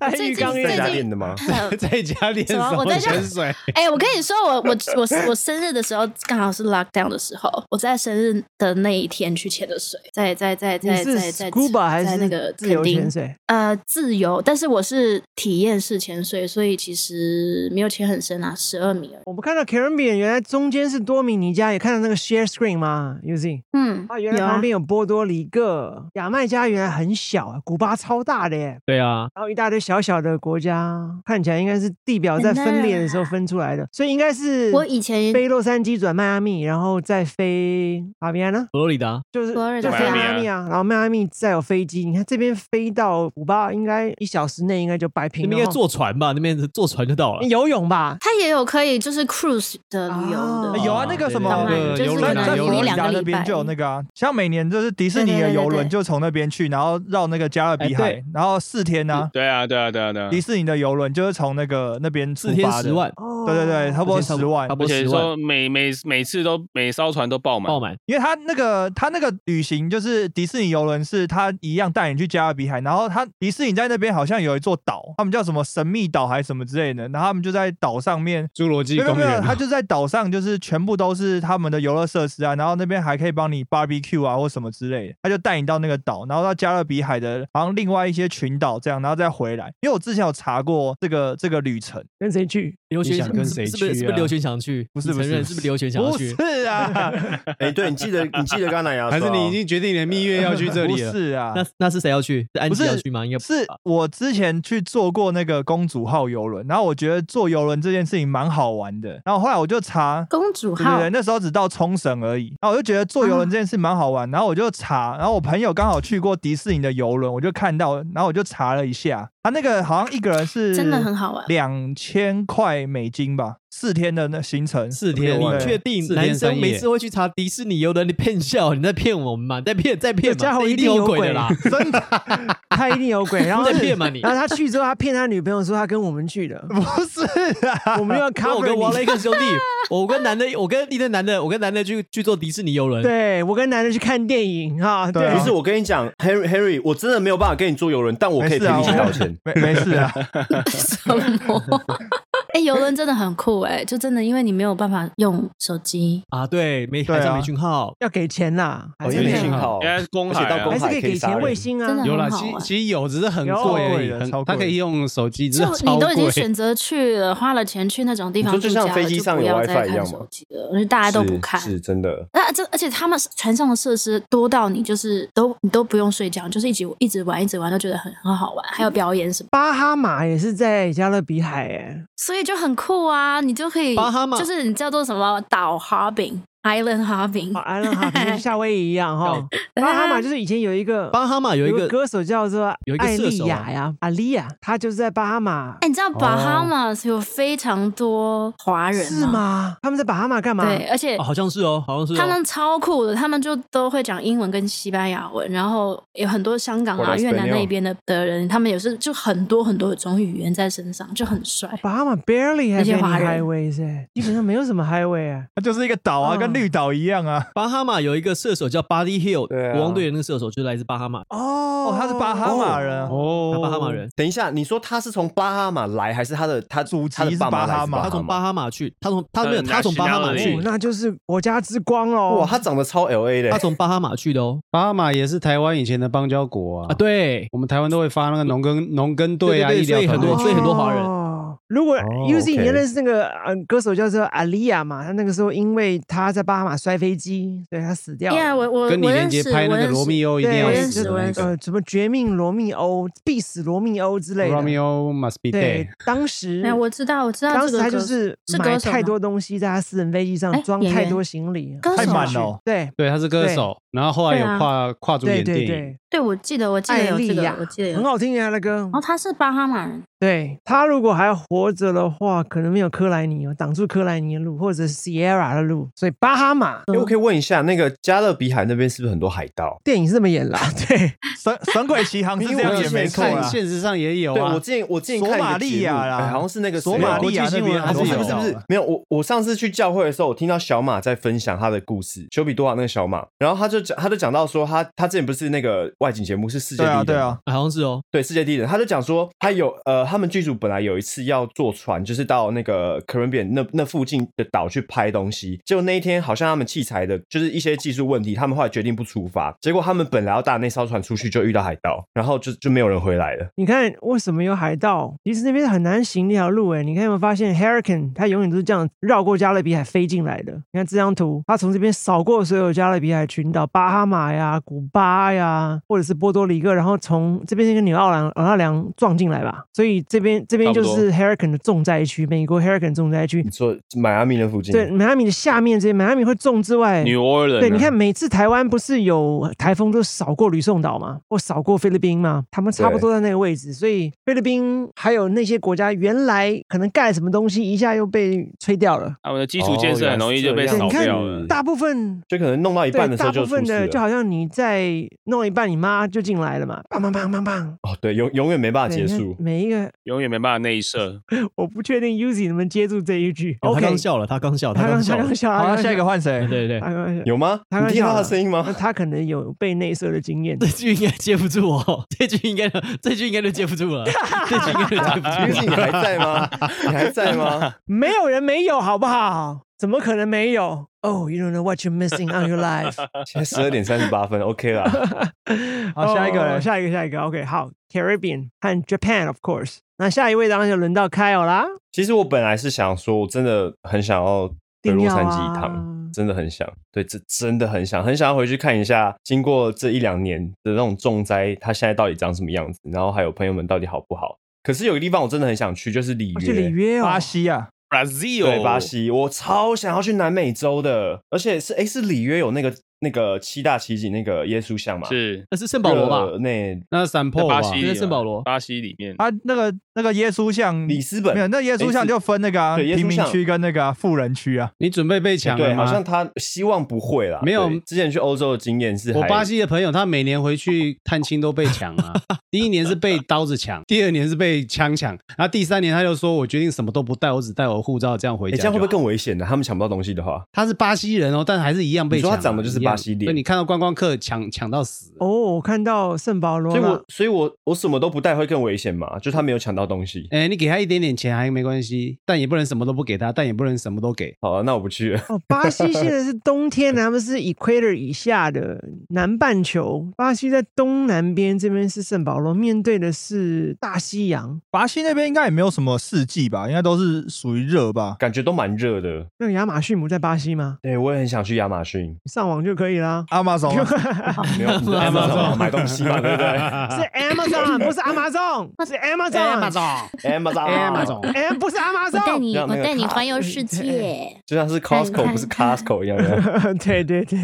Speaker 1: 哎
Speaker 2: 最
Speaker 1: 浴
Speaker 2: 近
Speaker 1: 缸
Speaker 2: 最
Speaker 1: 也
Speaker 3: 在家
Speaker 2: 近
Speaker 3: 练 的吗？
Speaker 2: 很
Speaker 11: 在家练什
Speaker 2: 什么
Speaker 11: 么
Speaker 2: 我在家
Speaker 11: 潜水？
Speaker 2: 哎、我跟你说，我我我我生日的时候刚好是 lockdown 的时候，我在生日的那一天去潜的水，在在在
Speaker 1: 你
Speaker 2: 在
Speaker 1: 是
Speaker 2: 在在
Speaker 1: scuba 还
Speaker 2: 在
Speaker 1: 是
Speaker 2: 那个
Speaker 1: 自由
Speaker 2: 垦丁
Speaker 1: 潜水？
Speaker 2: 呃，自由，但是我是体验式潜水，所以其实没有潜很深啊，十二米而已。
Speaker 1: 我们看到 Caribbean 原来中间是多米尼加，也看到那个 share screen 吗 u z i
Speaker 2: 嗯，
Speaker 1: 啊，原来
Speaker 2: 有啊
Speaker 1: 旁边有波多黎各、牙买加，原来很小啊，古巴超大的耶。
Speaker 5: 对啊，
Speaker 1: 然后一大堆小小的国家，看起来应该是地表在分裂的时候分出来的，所以应该是
Speaker 2: 啊我以前
Speaker 1: 飞洛杉矶转迈阿密，然后再飞阿米安呢，
Speaker 5: 佛罗里达
Speaker 1: 就是
Speaker 2: 佛罗里
Speaker 1: 就
Speaker 2: 达
Speaker 1: 飞迈
Speaker 7: 迈
Speaker 1: 阿
Speaker 7: 阿
Speaker 1: 密
Speaker 7: 密
Speaker 1: 啊，然后迈阿密再有飞机，你看这边飞到古巴，应该一小时内应该就摆
Speaker 5: 那
Speaker 1: 平了
Speaker 5: 边应该
Speaker 1: 哦，
Speaker 5: 坐船吧？那边坐船就到了。
Speaker 1: 游泳吧，
Speaker 2: 它也有可以就是 cruise 的旅游
Speaker 1: 啊
Speaker 2: 的，
Speaker 8: 有啊，那个什么
Speaker 2: 当
Speaker 11: 对对对
Speaker 2: 然
Speaker 11: 呃
Speaker 2: 就
Speaker 11: 游
Speaker 2: 是
Speaker 8: 在
Speaker 11: 轮
Speaker 2: 可
Speaker 11: 啊
Speaker 8: 在
Speaker 2: 能
Speaker 8: 佛
Speaker 11: 游
Speaker 2: 一
Speaker 8: 罗里
Speaker 2: 两
Speaker 8: 达
Speaker 2: 个
Speaker 8: 那
Speaker 2: 礼
Speaker 8: 边
Speaker 2: 拜
Speaker 8: 就有那个啊，像每年就是迪士尼
Speaker 2: 对
Speaker 8: 的
Speaker 2: 对对
Speaker 8: 游轮
Speaker 2: 对
Speaker 8: 就从那边去，然后绕那个加勒比
Speaker 5: 哎
Speaker 8: 海
Speaker 5: 对，嗯
Speaker 8: 然后四天呢，
Speaker 7: 对啊，对啊，对啊，对啊。
Speaker 8: 迪士尼的游轮就是从那个那边出
Speaker 5: 四天
Speaker 8: 发的
Speaker 5: 十万，，
Speaker 1: 哦，
Speaker 8: 对对对，差不多
Speaker 5: 四天
Speaker 8: 十万
Speaker 5: 差，不
Speaker 7: 而
Speaker 5: 多
Speaker 7: 且
Speaker 5: 十万
Speaker 7: 说每每每次都每艘船都爆满，
Speaker 5: 爆满。哦
Speaker 8: 因为他那个他那个旅行就是迪士尼游轮是他一样带你去加勒比海，然后他迪士尼在那边好像有一座岛，他们叫什么神秘岛还是什么之类的，然后他们就在岛上面。
Speaker 11: 侏罗纪
Speaker 8: 没有
Speaker 11: 公
Speaker 8: 没有没有，
Speaker 11: 园
Speaker 8: 他
Speaker 11: 啊，
Speaker 8: 就在岛上，就是全部都是他们的游乐设施啊，然后那边还可以帮你 barbecue 啊或什么之类的，他就带你到那个岛，然后到加勒比海的，好像另外一些群岛这样，然后再回来。因为我之前有查过这个这个旅程，
Speaker 1: 跟谁去？
Speaker 5: 刘
Speaker 11: 你
Speaker 5: 璇
Speaker 11: 想跟谁
Speaker 5: 是不是
Speaker 11: 去
Speaker 5: 是不是
Speaker 11: 啊
Speaker 5: 刘璇想去？
Speaker 8: 不是
Speaker 5: 你
Speaker 8: 不
Speaker 5: 承
Speaker 8: 是
Speaker 5: 认是不是刘璇想要
Speaker 8: 不
Speaker 5: 去？
Speaker 8: 是啊，
Speaker 3: 哎，对你记得你记得刚才牙刷
Speaker 11: 还
Speaker 3: 哦，
Speaker 11: 是你已经决定你的蜜月要去这
Speaker 8: 不
Speaker 11: 里了？
Speaker 8: 是啊，
Speaker 5: 那那是谁要去？是安
Speaker 8: 不
Speaker 5: 吉
Speaker 8: 是
Speaker 5: 要去吗？应该不
Speaker 8: 是
Speaker 5: 吧
Speaker 8: 我之前去坐过那个公主号游轮，然后我觉得坐游轮这件事情蛮好玩的，然后后来我就查。
Speaker 2: 公主
Speaker 8: 对对
Speaker 2: 号啊
Speaker 8: 对，那时候只到冲绳而已，然后我就觉得坐游轮这件事蛮好玩，然后我就查，然后我朋友刚好去过迪士尼的游轮，我就看到，然后我就查了一下，他那个好像一个人是
Speaker 2: 真的很好玩。
Speaker 8: 两千块美金吧，四天的那行程，
Speaker 5: 四天，
Speaker 8: 对
Speaker 5: 你确定
Speaker 11: 四天
Speaker 5: 男
Speaker 11: 三
Speaker 5: 生
Speaker 11: 夜
Speaker 5: 每次会去查迪士尼游轮？你骗笑， 你在骗我们嘛？在骗，在骗
Speaker 1: 这家
Speaker 5: 嘛？
Speaker 1: 伙
Speaker 5: 这
Speaker 1: 一
Speaker 5: 一
Speaker 1: 定
Speaker 5: 定有
Speaker 1: 有
Speaker 5: 鬼
Speaker 1: 鬼
Speaker 5: 的 啦！
Speaker 8: 真的
Speaker 1: 他一定有鬼，然后
Speaker 5: 在
Speaker 1: 是
Speaker 5: 骗嘛你
Speaker 1: 然后他去之后，他骗他女朋友说他跟我们去的，
Speaker 8: 不是啊，
Speaker 1: 我们又要
Speaker 5: 跟我
Speaker 1: cover
Speaker 5: 跟王
Speaker 1: 你。
Speaker 5: 雷克兄弟， 我跟男的，我跟一个男的，我跟男的去去坐迪士尼游轮，
Speaker 1: 对我跟男的去看电影哈，
Speaker 8: 对啊
Speaker 3: 不是，我跟你讲，Harry Harry，我真的没有办法跟你坐游轮，但我可以
Speaker 8: 没事
Speaker 3: 陪
Speaker 8: 啊
Speaker 3: 你一起道歉。
Speaker 8: 没没事啊，
Speaker 2: 什么？ 哎、游轮真的很酷哎、就真的因为你没有办法用手机，
Speaker 5: 啊，对，没
Speaker 8: 对啊
Speaker 5: 海上没讯号，
Speaker 1: 要给钱啦，还
Speaker 3: 哦
Speaker 1: 是
Speaker 3: 因为
Speaker 1: 没有
Speaker 3: 信号，
Speaker 7: 应该是公海
Speaker 3: 而
Speaker 7: 啊
Speaker 3: 且到
Speaker 1: 还
Speaker 3: 公
Speaker 1: 是
Speaker 3: 海
Speaker 1: 可以给
Speaker 3: 杀
Speaker 1: 钱
Speaker 3: 人
Speaker 1: 卫星
Speaker 2: 真
Speaker 1: 啊
Speaker 2: 的。
Speaker 11: 有啦，
Speaker 2: 很好
Speaker 11: 其
Speaker 2: 玩
Speaker 11: 其实有，只是很
Speaker 1: 有
Speaker 11: 贵
Speaker 8: 贵的
Speaker 11: 而已，
Speaker 8: 超贵
Speaker 11: 很它可以用手机，只
Speaker 2: 就是
Speaker 11: 超
Speaker 2: 你都已经
Speaker 11: 贵。
Speaker 2: 选择去了，花了钱去那种地方
Speaker 3: 你
Speaker 2: 度
Speaker 3: 说
Speaker 2: 假
Speaker 3: 就
Speaker 2: 了，
Speaker 3: 像飞机上有
Speaker 2: 就不要再
Speaker 3: WiFi 一
Speaker 2: 看
Speaker 3: 样
Speaker 2: 手
Speaker 3: 吗
Speaker 2: 机了，而且大家都不看。
Speaker 3: 是是真
Speaker 5: 哦
Speaker 3: 的。
Speaker 2: 那这而且他们船上的设施多到你就是都你都不用睡觉，就是一直一直玩一直玩都觉得很很好玩，还
Speaker 3: 嗯
Speaker 2: 有表演什么，
Speaker 1: 巴哈马也是在加勒比海诶，
Speaker 2: 所以就很酷啊！你就可以
Speaker 5: 巴哈马
Speaker 2: 就是你叫做什么岛 hopping island hopping，
Speaker 3: 啊
Speaker 1: 哦，安哈跟夏威夷一样哈。巴哈马就是以前有一个
Speaker 5: 哦巴哈马有一
Speaker 1: 有
Speaker 5: 个
Speaker 1: 歌手叫做
Speaker 5: 有一个
Speaker 1: 艾
Speaker 5: 射
Speaker 1: 丽
Speaker 5: 手啊
Speaker 1: 亚呀，阿丽亚，她就是在巴哈马
Speaker 2: 哎、，你知道
Speaker 11: 哦
Speaker 2: Bahamas 有非常多华人
Speaker 1: 是？吗？他们在巴哈马干嘛？
Speaker 2: 对，而且
Speaker 5: 哦好像是哦，好像是哦，
Speaker 2: 他们超酷的，他们就都会讲英文跟西班牙文，然后有很多香港
Speaker 3: 或
Speaker 2: 啊、
Speaker 3: 者
Speaker 2: 越南
Speaker 3: Spanish
Speaker 2: 那边的的人，他们也是就很多很多种语言在身上，就很帅。
Speaker 1: 巴哈马 barely 还
Speaker 2: 那些
Speaker 1: any
Speaker 2: 华人
Speaker 1: highways 哎，基本上没有什么 highway 啊。
Speaker 8: 它就是一个岛啊，
Speaker 1: 嗯
Speaker 8: 跟绿岛一样啊。
Speaker 5: 巴哈马有一个射手叫 Buddy Hill，
Speaker 3: 对啊
Speaker 5: 国王队的那个射手就是来自巴哈马，
Speaker 1: 哦
Speaker 8: 哦，他是巴哈马人啊，
Speaker 5: 他
Speaker 11: 哦
Speaker 5: 巴哈马人，
Speaker 3: 等一下，你说他是从巴哈马来，还是他的他
Speaker 8: 祖籍
Speaker 3: 他的
Speaker 8: 是
Speaker 3: 爸妈
Speaker 8: 巴哈
Speaker 3: 来自
Speaker 8: 马
Speaker 5: 他从巴哈马去，他从他没有，
Speaker 7: 嗯
Speaker 5: 他从巴哈马去
Speaker 1: 哦，，那就是国家之光哦喽。
Speaker 3: 哇，他长得超 L A 的
Speaker 5: 他，从巴哈马去的哦，
Speaker 11: 巴哈马也是台湾以前的邦交国啊。
Speaker 5: 啊，，对，
Speaker 11: 我们台湾都会发那个农耕农耕队啊，
Speaker 5: 对
Speaker 11: 医
Speaker 5: 对对
Speaker 11: 疗团
Speaker 5: 很
Speaker 11: 队
Speaker 5: 多所以很多华人
Speaker 1: 哦如果
Speaker 3: 哦
Speaker 1: U Z 你
Speaker 3: OK
Speaker 1: 认识那个呃歌手叫做阿丽亚嘛，他那个时候因为他在巴哈马摔飞机，对他死掉了。
Speaker 2: Yeah，我我
Speaker 11: 跟李
Speaker 2: 我
Speaker 11: 连
Speaker 2: 认
Speaker 11: 杰
Speaker 2: 识，
Speaker 11: 拍那
Speaker 2: 我
Speaker 11: 个
Speaker 2: 认
Speaker 11: 罗
Speaker 2: 识。
Speaker 11: 密欧一定
Speaker 1: 对
Speaker 11: 要
Speaker 2: 我
Speaker 11: 死
Speaker 2: 认识
Speaker 11: 的
Speaker 2: 我
Speaker 11: 那
Speaker 2: 认识
Speaker 11: 个
Speaker 1: 呃，什么绝命罗密欧、必死罗密欧之类的。
Speaker 11: ，Romeo must be dead
Speaker 1: 对。，当时
Speaker 2: 哎，我知道，我知道
Speaker 1: 当
Speaker 2: 这
Speaker 1: 时
Speaker 2: 个
Speaker 1: 他
Speaker 2: 歌
Speaker 1: 就
Speaker 2: 手
Speaker 1: 是
Speaker 2: 是
Speaker 1: 买
Speaker 2: 歌手
Speaker 1: 太
Speaker 2: 吗
Speaker 1: 多东西在他私人飞机上
Speaker 2: 哎
Speaker 1: 装
Speaker 2: 演
Speaker 1: 太
Speaker 2: 员
Speaker 1: 多行李，
Speaker 2: 歌
Speaker 8: 太
Speaker 2: 手
Speaker 8: 满
Speaker 2: 啊
Speaker 8: 了哦。
Speaker 1: 对
Speaker 11: 对，他是歌手，然后后来有
Speaker 2: 对啊
Speaker 11: 跨跨足
Speaker 1: 对
Speaker 11: 演
Speaker 1: 对
Speaker 11: 电影，
Speaker 1: 对，
Speaker 2: 对，我记得，我记得有这
Speaker 1: 艾丽
Speaker 2: 个
Speaker 1: 亚，
Speaker 2: 我记得有。
Speaker 1: 很
Speaker 2: 然
Speaker 1: 好听啊，那歌。
Speaker 2: 后他是巴哈马人，
Speaker 1: 对他如果还活着的话，可能没有科莱尼哦，挡住科莱尼的路，或者是 Sierra 的路，所以巴哈马
Speaker 3: 哎我可以问一下，那个加勒比海那边是不是很多海盗？
Speaker 1: 电影是这么演啦，对，
Speaker 8: 神神鬼奇航是这
Speaker 3: 因为
Speaker 8: 样
Speaker 3: 我
Speaker 8: 也
Speaker 3: 之
Speaker 8: 没
Speaker 3: 前
Speaker 8: 错啊
Speaker 11: 看
Speaker 8: 啦。
Speaker 11: 啊现实上也有
Speaker 3: 对，
Speaker 11: 啊
Speaker 3: 我。之前我之前
Speaker 8: 索
Speaker 3: 看一个
Speaker 8: 马利
Speaker 3: 节目
Speaker 8: 亚啦
Speaker 3: 哎好像是那个
Speaker 8: 索
Speaker 3: 谁
Speaker 8: 马
Speaker 11: 玛
Speaker 8: 利亚那
Speaker 11: 新
Speaker 8: 边
Speaker 11: 闻
Speaker 8: 啊
Speaker 11: 还
Speaker 3: 不
Speaker 8: 我
Speaker 3: 是
Speaker 8: 知
Speaker 11: 有，
Speaker 8: 道
Speaker 3: 不是不是，没有我我上次去教会的时候，我听到小马在分享他的故事，丘比多瓦那个小马，然后他就讲他就讲到说他他之前不是那个外景节目是世界
Speaker 8: 对
Speaker 3: 第一人
Speaker 8: 啊，
Speaker 3: 吗
Speaker 8: 对啊，
Speaker 5: 好像是哦，
Speaker 3: 对世界第一人，他就讲说他有呃，他们剧组本来有一次要坐船，就是到那个 Caribbean 那那附近的岛去拍东西，结果那一天好像他们器材的就是一些技术问题，他们后来决定不出发，结果他们本来要搭那艘船出去，就遇到海盗，然后就就没有人回来了。
Speaker 1: 你看为什么有海盗？其实那边很难行那条路哎。你看有没有发现 Hurricane 它永远都是这样绕过加勒比海飞进来的？你看这张图，它从这边扫过所有加勒比海群岛，巴哈马呀、古巴呀，或者是波多黎各，然后从这边跟纽奥良、纽奥良撞进来吧。所以这边这边就
Speaker 7: 差不多嗯
Speaker 1: 是 Hurricane 的重灾区，美国 Hurricane 重灾区
Speaker 3: 你。说迈阿密那附近，
Speaker 1: 对，迈阿密的下面这些，迈阿密会重之
Speaker 2: 哎
Speaker 1: 外，
Speaker 7: New Orleans，
Speaker 1: 对，你
Speaker 7: 啊
Speaker 1: 看每次台湾不是有台风都扫过吕宋岛嘛，或扫过菲律宾嘛，他们差不多在那个位置，所以菲律宾还有那些国家原来可能盖了什么东西，一下又被吹掉了。
Speaker 7: 他们的基础建设很容易就
Speaker 3: 哦
Speaker 7: 被
Speaker 3: 原
Speaker 7: 扫
Speaker 3: 来是这
Speaker 7: 掉
Speaker 3: 样
Speaker 7: 了。
Speaker 1: 大部分
Speaker 3: 就可能弄到一半
Speaker 1: 对，
Speaker 3: 的时候
Speaker 1: 大
Speaker 3: 就
Speaker 1: 部
Speaker 3: 出
Speaker 1: 分
Speaker 3: 事
Speaker 1: 的就
Speaker 3: 了。
Speaker 1: 好像你在弄一半，你妈就进来了嘛，棒棒棒棒棒，
Speaker 3: 哦，对，永永远没办法
Speaker 1: 对嗯
Speaker 3: 结
Speaker 1: 你看
Speaker 3: 束。
Speaker 1: 每一个，
Speaker 7: 永远没办法内射。
Speaker 1: 我不确定 Uzi 能不能接住这一句。
Speaker 3: 哦
Speaker 5: 有他
Speaker 1: OK，
Speaker 5: 刚笑了，他刚笑，
Speaker 1: 他
Speaker 5: 刚
Speaker 1: 刚
Speaker 5: 笑
Speaker 1: 他
Speaker 5: 了，
Speaker 1: 刚笑，
Speaker 8: 好，
Speaker 1: 他
Speaker 8: 那
Speaker 1: 刚
Speaker 8: 下一个换
Speaker 5: 对
Speaker 8: 谁？
Speaker 5: 对对，
Speaker 1: 他刚笑，
Speaker 3: 有吗？
Speaker 1: 他刚
Speaker 3: 你听到他
Speaker 1: 笑
Speaker 3: 的
Speaker 1: 了
Speaker 3: 声音
Speaker 1: 那
Speaker 3: 吗？
Speaker 1: 他可能有被内射的经验
Speaker 5: 这。句应该接不住哦， 这句应该这句应该就接不住了，这句应该就接不
Speaker 3: 于
Speaker 5: 住
Speaker 3: 是你
Speaker 5: 了。
Speaker 3: 还在吗？ 你还在吗？
Speaker 1: 没有人没有，好不好？怎么可能没 有？Oh, you don't know what you're missing on your life 。
Speaker 3: 现在十二点三十八分，OK 啦。
Speaker 8: 好下一个
Speaker 1: 哦
Speaker 8: 人
Speaker 1: 下一个，下一个。OK，好，Caribbean 和 Japan of course。那下一位当然就轮到 Kyle 啦，
Speaker 3: 其实我本来是想说，我真的很想要回洛杉矶一
Speaker 1: 一定
Speaker 3: 趟，
Speaker 1: 要啊
Speaker 3: 真的很想，对，这真的很想，很想要回去看一下，经过这一两年的那种重灾，它现在到底长什么样子，然后还有朋友们到底好不好。可是有个地方我真的很想去，就是里
Speaker 1: 我
Speaker 3: 约，
Speaker 1: 去里约哦，
Speaker 8: 巴西啊，
Speaker 7: Brazil，
Speaker 3: 对，巴，西，我超想要去南美洲的，而且是哎、是里约有那个那个七大奇景那个耶稣像嘛，
Speaker 7: 是
Speaker 5: 那是圣保罗
Speaker 3: 热
Speaker 5: 吧？
Speaker 3: 内
Speaker 11: 那
Speaker 7: 在
Speaker 11: 散破吧
Speaker 7: 巴，西里啊
Speaker 5: 那
Speaker 7: 嘛，
Speaker 5: 是圣保罗
Speaker 7: 巴西里面
Speaker 8: 啊，那个那个耶稣像，
Speaker 3: 里斯本
Speaker 8: 没有，那耶稣像就分那个啊
Speaker 3: 对耶稣
Speaker 8: 贫民
Speaker 3: 像
Speaker 8: 区跟那个啊富人区啊。
Speaker 11: 你准备被抢
Speaker 3: 对，
Speaker 11: 了
Speaker 3: 好像
Speaker 11: 吗？
Speaker 3: 他希望不会啦。
Speaker 11: 没有
Speaker 3: 对之前去欧洲的经验是还，
Speaker 11: 我巴西的朋友，他每年回去探亲都被 抢啊。第一年是被刀子抢，第二年是被枪抢，然后第三年他就说：“我决定什么都不带，我只带我护照，这样回
Speaker 3: 诶，
Speaker 11: 家。”
Speaker 3: 这样会不会更危险呢、他们抢不到东西的话，
Speaker 11: 他是巴西人哦，但还是一样被
Speaker 3: 你说
Speaker 11: 抢啊。
Speaker 3: 他长得就是
Speaker 11: 一样
Speaker 3: 巴西脸
Speaker 11: 所以 你看到观光客抢抢到死。
Speaker 1: 哦，我看到圣保罗
Speaker 3: 所以
Speaker 1: 了
Speaker 3: 我。所以我我什么都不带会更危险嘛？就他没有抢到东西。
Speaker 11: 哎，你给他一点点钱还没关系，但也不能什么都不给他，但也不能什么都给。
Speaker 3: 好了，啊那我不去了。
Speaker 1: 哦，巴西现在是冬天，他们是 equator 以下的南半球。巴西在东南边，这边是圣保罗，面对的是大西洋。
Speaker 8: 巴西那边应该也没有什么四季吧，应该都是属于热吧。
Speaker 3: 感觉都蛮热的。
Speaker 1: 那个亚马逊不在巴西吗？
Speaker 3: 对，我也很想去亚马逊，
Speaker 1: 你上网就可以啦。
Speaker 8: 阿玛总
Speaker 3: 没有你在 Amazon 买东西嘛，对不 对
Speaker 11: 啊
Speaker 1: 是 Amazon，不 是 Amazon，是
Speaker 5: 啊
Speaker 1: Amazon。
Speaker 11: 总，
Speaker 3: ？Amazon，
Speaker 11: 哎，马总，
Speaker 1: 哎，不是
Speaker 9: 我带
Speaker 1: Amazon。
Speaker 9: 你，
Speaker 3: 让
Speaker 9: 我
Speaker 3: 那个
Speaker 9: 带你
Speaker 3: 卡
Speaker 9: 环游世 界。
Speaker 3: 就像是
Speaker 9: 看看
Speaker 3: Costco 不是 Costco 一样的。
Speaker 1: 对对 对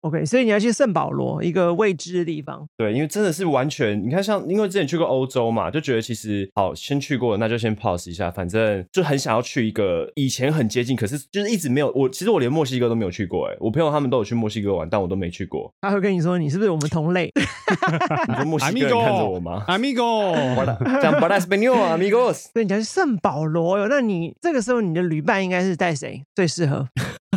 Speaker 1: ，OK，所以你要去圣保罗一个未知的地方。
Speaker 3: 对，因为真的是完全，你看像，因为之前去过欧洲嘛，就觉得其实好，先去过，那就先 pause 一下，反正就很想要去一个以前很接近，可是就是一直没有。我其实我连墨西哥都没有去过、哎，我朋友他们都有去墨西哥玩，但我都没去过。
Speaker 1: 他会跟你说你是不是我们同类？
Speaker 3: 你说墨西哥人看着我 吗？
Speaker 11: Amigo，Amigo，
Speaker 3: 讲 b a l a s p a n o amigos。
Speaker 1: 所以你要去圣保罗哟。那你这个时候你的旅伴应该是带谁最适合？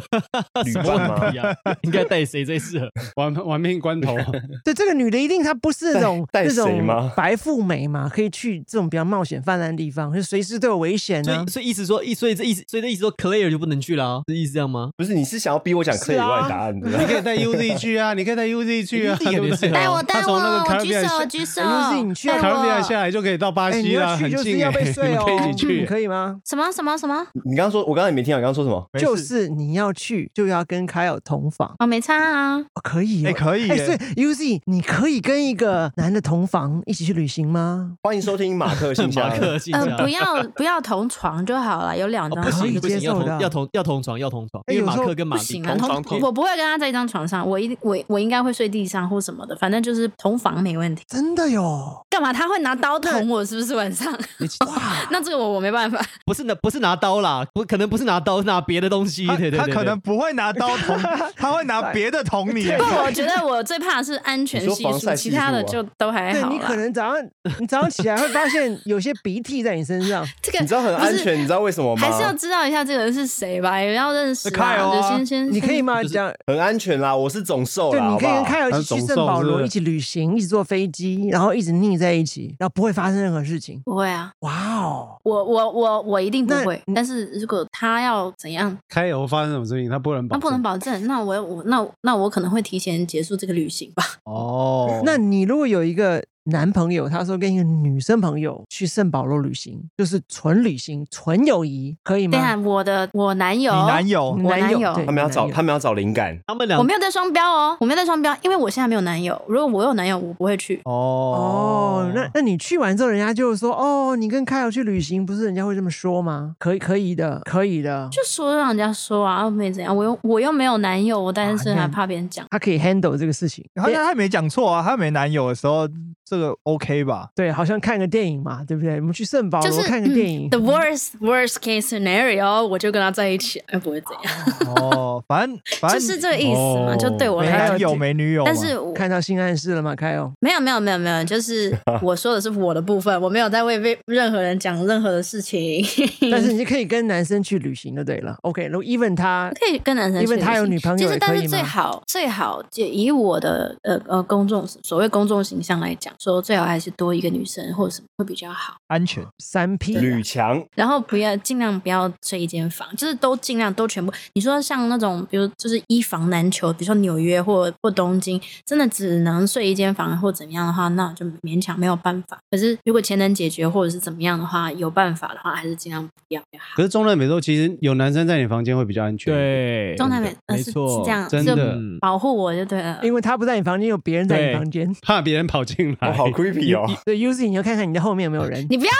Speaker 3: 旅
Speaker 5: 什么
Speaker 3: 伴吗
Speaker 5: 问题啊？应该带谁 最适合？
Speaker 11: 玩玩命 关头，
Speaker 1: 对，这个女的一定她不是那种
Speaker 3: 带带
Speaker 1: 那
Speaker 3: 谁
Speaker 1: 种
Speaker 3: 吗
Speaker 1: 白富美嘛，可以去这种比较冒险泛滥的地方，就随时都有危险啊
Speaker 5: 所
Speaker 1: 呢
Speaker 5: 以。
Speaker 3: 啊
Speaker 5: 所以意思说，意所以这意思，所以这意思说，Claire 就不能去了啊，是意思这样吗？
Speaker 3: 不是，你是想要逼我讲
Speaker 1: 是
Speaker 3: Clay 以外
Speaker 1: 啊
Speaker 3: 的答案对不
Speaker 11: 你
Speaker 3: 对？
Speaker 11: 可以带 UZ 去啊，你可以带 UZ 去啊，
Speaker 5: UZ
Speaker 11: 对不
Speaker 5: 也是
Speaker 11: 对？
Speaker 5: 啊
Speaker 9: 带我，带
Speaker 11: 他从那
Speaker 9: 我，
Speaker 11: 个
Speaker 9: 我
Speaker 11: 卡
Speaker 9: 举
Speaker 11: 比亚
Speaker 9: 手，举手。
Speaker 1: 哎，Uzi，你去啊
Speaker 9: 带
Speaker 11: 卡
Speaker 9: 我
Speaker 11: 罗里亚下来就可以到巴
Speaker 1: 哎，你
Speaker 11: 西啦，
Speaker 1: 要去
Speaker 11: 很
Speaker 1: 就是
Speaker 11: 近
Speaker 1: 要
Speaker 11: 哎，
Speaker 1: 被
Speaker 11: 你
Speaker 1: 睡
Speaker 11: 们
Speaker 1: 哦
Speaker 11: 可以一起，
Speaker 1: 你
Speaker 11: 去。
Speaker 1: 可以吗？
Speaker 9: 什么什么什么？
Speaker 3: 啊你刚刚说，我刚才也没听到，你刚刚说什么？
Speaker 1: 就是你要要去就要跟凯尔同房，
Speaker 2: 哦，没差啊，
Speaker 1: 哦、可以、哦，
Speaker 8: 哎可以
Speaker 1: 哎、
Speaker 8: 耶
Speaker 1: 所以 Uzi，你可以跟一个男的同房一起去旅行吗？
Speaker 3: 欢迎收听马克信箱
Speaker 11: 嗯
Speaker 5: 马。克信
Speaker 2: 呃，
Speaker 5: 箱
Speaker 2: 不要 不要同床就好了，有两
Speaker 5: 哦
Speaker 2: 张
Speaker 5: 不
Speaker 2: 床
Speaker 1: 可以
Speaker 5: 行不行，
Speaker 1: 接
Speaker 5: 要
Speaker 1: 受的啊
Speaker 5: 同要同要同床要同床，
Speaker 1: 哎
Speaker 5: 因为
Speaker 1: 有
Speaker 5: 马
Speaker 1: 时候
Speaker 5: 克跟马
Speaker 2: 不
Speaker 5: 蒂
Speaker 2: 行啊，
Speaker 7: 同
Speaker 2: 同
Speaker 7: 床同
Speaker 2: 我不会跟他在一张床上，我一定我我应该会睡地上或什么的，反正就是同房没问题。
Speaker 1: 真的哟，
Speaker 2: 干嘛他会拿刀捅我？是不是晚上？
Speaker 1: 哇，
Speaker 2: 那这个我我没办法。
Speaker 5: 不是拿不是拿刀啦，不可能不是拿刀，是拿别的东西，
Speaker 8: 他
Speaker 5: 对对对，
Speaker 8: 他可
Speaker 5: 对
Speaker 8: 能不会拿刀 捅，他会拿别的捅你。啊
Speaker 2: 不，我觉得我最怕的是安全
Speaker 3: 你说
Speaker 2: 系
Speaker 3: 防
Speaker 2: 数，
Speaker 3: 晒
Speaker 2: 其
Speaker 3: 系
Speaker 2: 他
Speaker 3: 数
Speaker 2: 的
Speaker 3: 啊
Speaker 2: 就都还
Speaker 1: 对
Speaker 2: 好
Speaker 1: 你可
Speaker 2: 啦。
Speaker 1: 能早上你早上起来会发现有些鼻涕在你身 上，
Speaker 2: 这个
Speaker 3: 你知道很安
Speaker 2: 不是
Speaker 3: 全，你知道为什么吗
Speaker 2: 还？是要知道一下这个人是谁吧，也要认识
Speaker 8: 凯
Speaker 2: 啊。
Speaker 8: 尔啊
Speaker 2: 就先先，
Speaker 1: 你可以
Speaker 2: 先
Speaker 1: 吗？
Speaker 5: 就是
Speaker 1: 讲。
Speaker 3: 很安全啦，我是总兽
Speaker 1: 对，
Speaker 3: 啦，
Speaker 1: 你
Speaker 3: 好
Speaker 1: 可
Speaker 3: 不
Speaker 1: 以跟
Speaker 3: 好？
Speaker 1: 凯尔一
Speaker 11: 他是
Speaker 1: 起去
Speaker 11: 总
Speaker 1: 圣
Speaker 11: 兽
Speaker 1: 保
Speaker 11: 是不
Speaker 1: 罗
Speaker 11: 是
Speaker 1: 一起旅行，一起坐飞机，然后一直腻在一起，然后不会发生任何事情。
Speaker 2: 不会啊，
Speaker 1: 哇哦，
Speaker 2: 我我我我一定不
Speaker 1: 那
Speaker 2: 会。但是如果他要怎样，
Speaker 11: 开油发生什么事情，他不能保
Speaker 2: 那
Speaker 11: 证，
Speaker 2: 不能保证。那我我那那我可能会提前结束这个旅行吧。
Speaker 11: 哦。
Speaker 1: 那你如果有一个男朋友，他说跟一个女生朋友去圣保罗旅行，就是纯旅行、纯友谊，可以
Speaker 2: 对啊，
Speaker 1: 吗？
Speaker 2: 我的我男友，
Speaker 8: 你男友
Speaker 1: 你
Speaker 2: 我男
Speaker 1: 友
Speaker 2: 友
Speaker 1: 对
Speaker 3: 他们
Speaker 1: 你
Speaker 3: 要
Speaker 1: 男
Speaker 3: 找
Speaker 2: 啊
Speaker 1: 友
Speaker 3: 他们要找灵感，
Speaker 5: 他们俩
Speaker 2: 我没有在双标哦，我没有在双标，因为我现在没有男友。如果我有男友，我不会去。
Speaker 1: 哦
Speaker 8: 哦，
Speaker 1: 那那你去完之后，人家就说哦，你跟凯尔去旅行，不是人家会这么说吗？可以，可以的，可以的，
Speaker 2: 就说让人家说啊，又没怎样，我又我又没有男友，我单身
Speaker 1: 啊那
Speaker 2: 还怕别人讲。
Speaker 1: 他可以 handle 这个事情。
Speaker 8: 他他没讲错啊，他没男友的时候，这个 OK 吧？
Speaker 1: 对，好像看个电影嘛，对不对？我们去圣保罗、
Speaker 2: 就是嗯
Speaker 1: 看个电影。
Speaker 2: The worst worst case scenario，我就跟他在一起，哎，不会怎样，
Speaker 8: 哦，反正
Speaker 1: 啊
Speaker 8: 反
Speaker 2: 就
Speaker 8: 正
Speaker 2: 是这个意思嘛。
Speaker 11: 哦
Speaker 2: 就对我
Speaker 8: 没
Speaker 2: 来
Speaker 8: 男
Speaker 2: 说
Speaker 8: 友，没女友啊嘛，
Speaker 2: 但是我
Speaker 1: 看到性暗示了吗？凯尔，
Speaker 2: 没有没有没有没有，就是 我说的是我的部分，我没有在为为任何人讲任何的事情。
Speaker 1: 但是你可以跟男生去旅行就对了。OK，如果 even 他
Speaker 2: 可以跟男生去
Speaker 1: 因
Speaker 2: 旅行，
Speaker 1: 为他有女朋友
Speaker 2: 其
Speaker 1: 也
Speaker 2: 实但
Speaker 1: 可以
Speaker 2: 是
Speaker 1: 吗
Speaker 2: 最好最好，就以我的呃呃公众所谓公众形象来讲，说最好还是多一个女生或者什么会比较好。
Speaker 8: 安全。
Speaker 1: 三 P，
Speaker 3: 吕强
Speaker 2: 然后不要尽量不要睡一间房，就是都尽量都全部。你说像那种，比如就是一房难求，比如说纽约或或东京，真的只能睡一间房或怎么样的话，那就勉强没有办法。可是如果钱能解决或者是怎么样的话，有办法的话，还是尽量不要比较好。
Speaker 11: 可是中南美洲其实有男生在你房间会比较安全。，
Speaker 5: 对
Speaker 2: 中南美呃
Speaker 5: 没
Speaker 2: 是
Speaker 5: 错
Speaker 2: 是这样，
Speaker 11: 真的
Speaker 2: 就
Speaker 5: 嗯
Speaker 2: 保护我就对了。
Speaker 1: 因为他不在你房间，有别人在你
Speaker 5: 对
Speaker 1: 房间。
Speaker 11: 怕别人跑进
Speaker 3: 我
Speaker 11: 来。
Speaker 3: 好 creepy 哦，
Speaker 1: 所以 Uzi，你要看看你的后面有没有人。
Speaker 2: 你不要，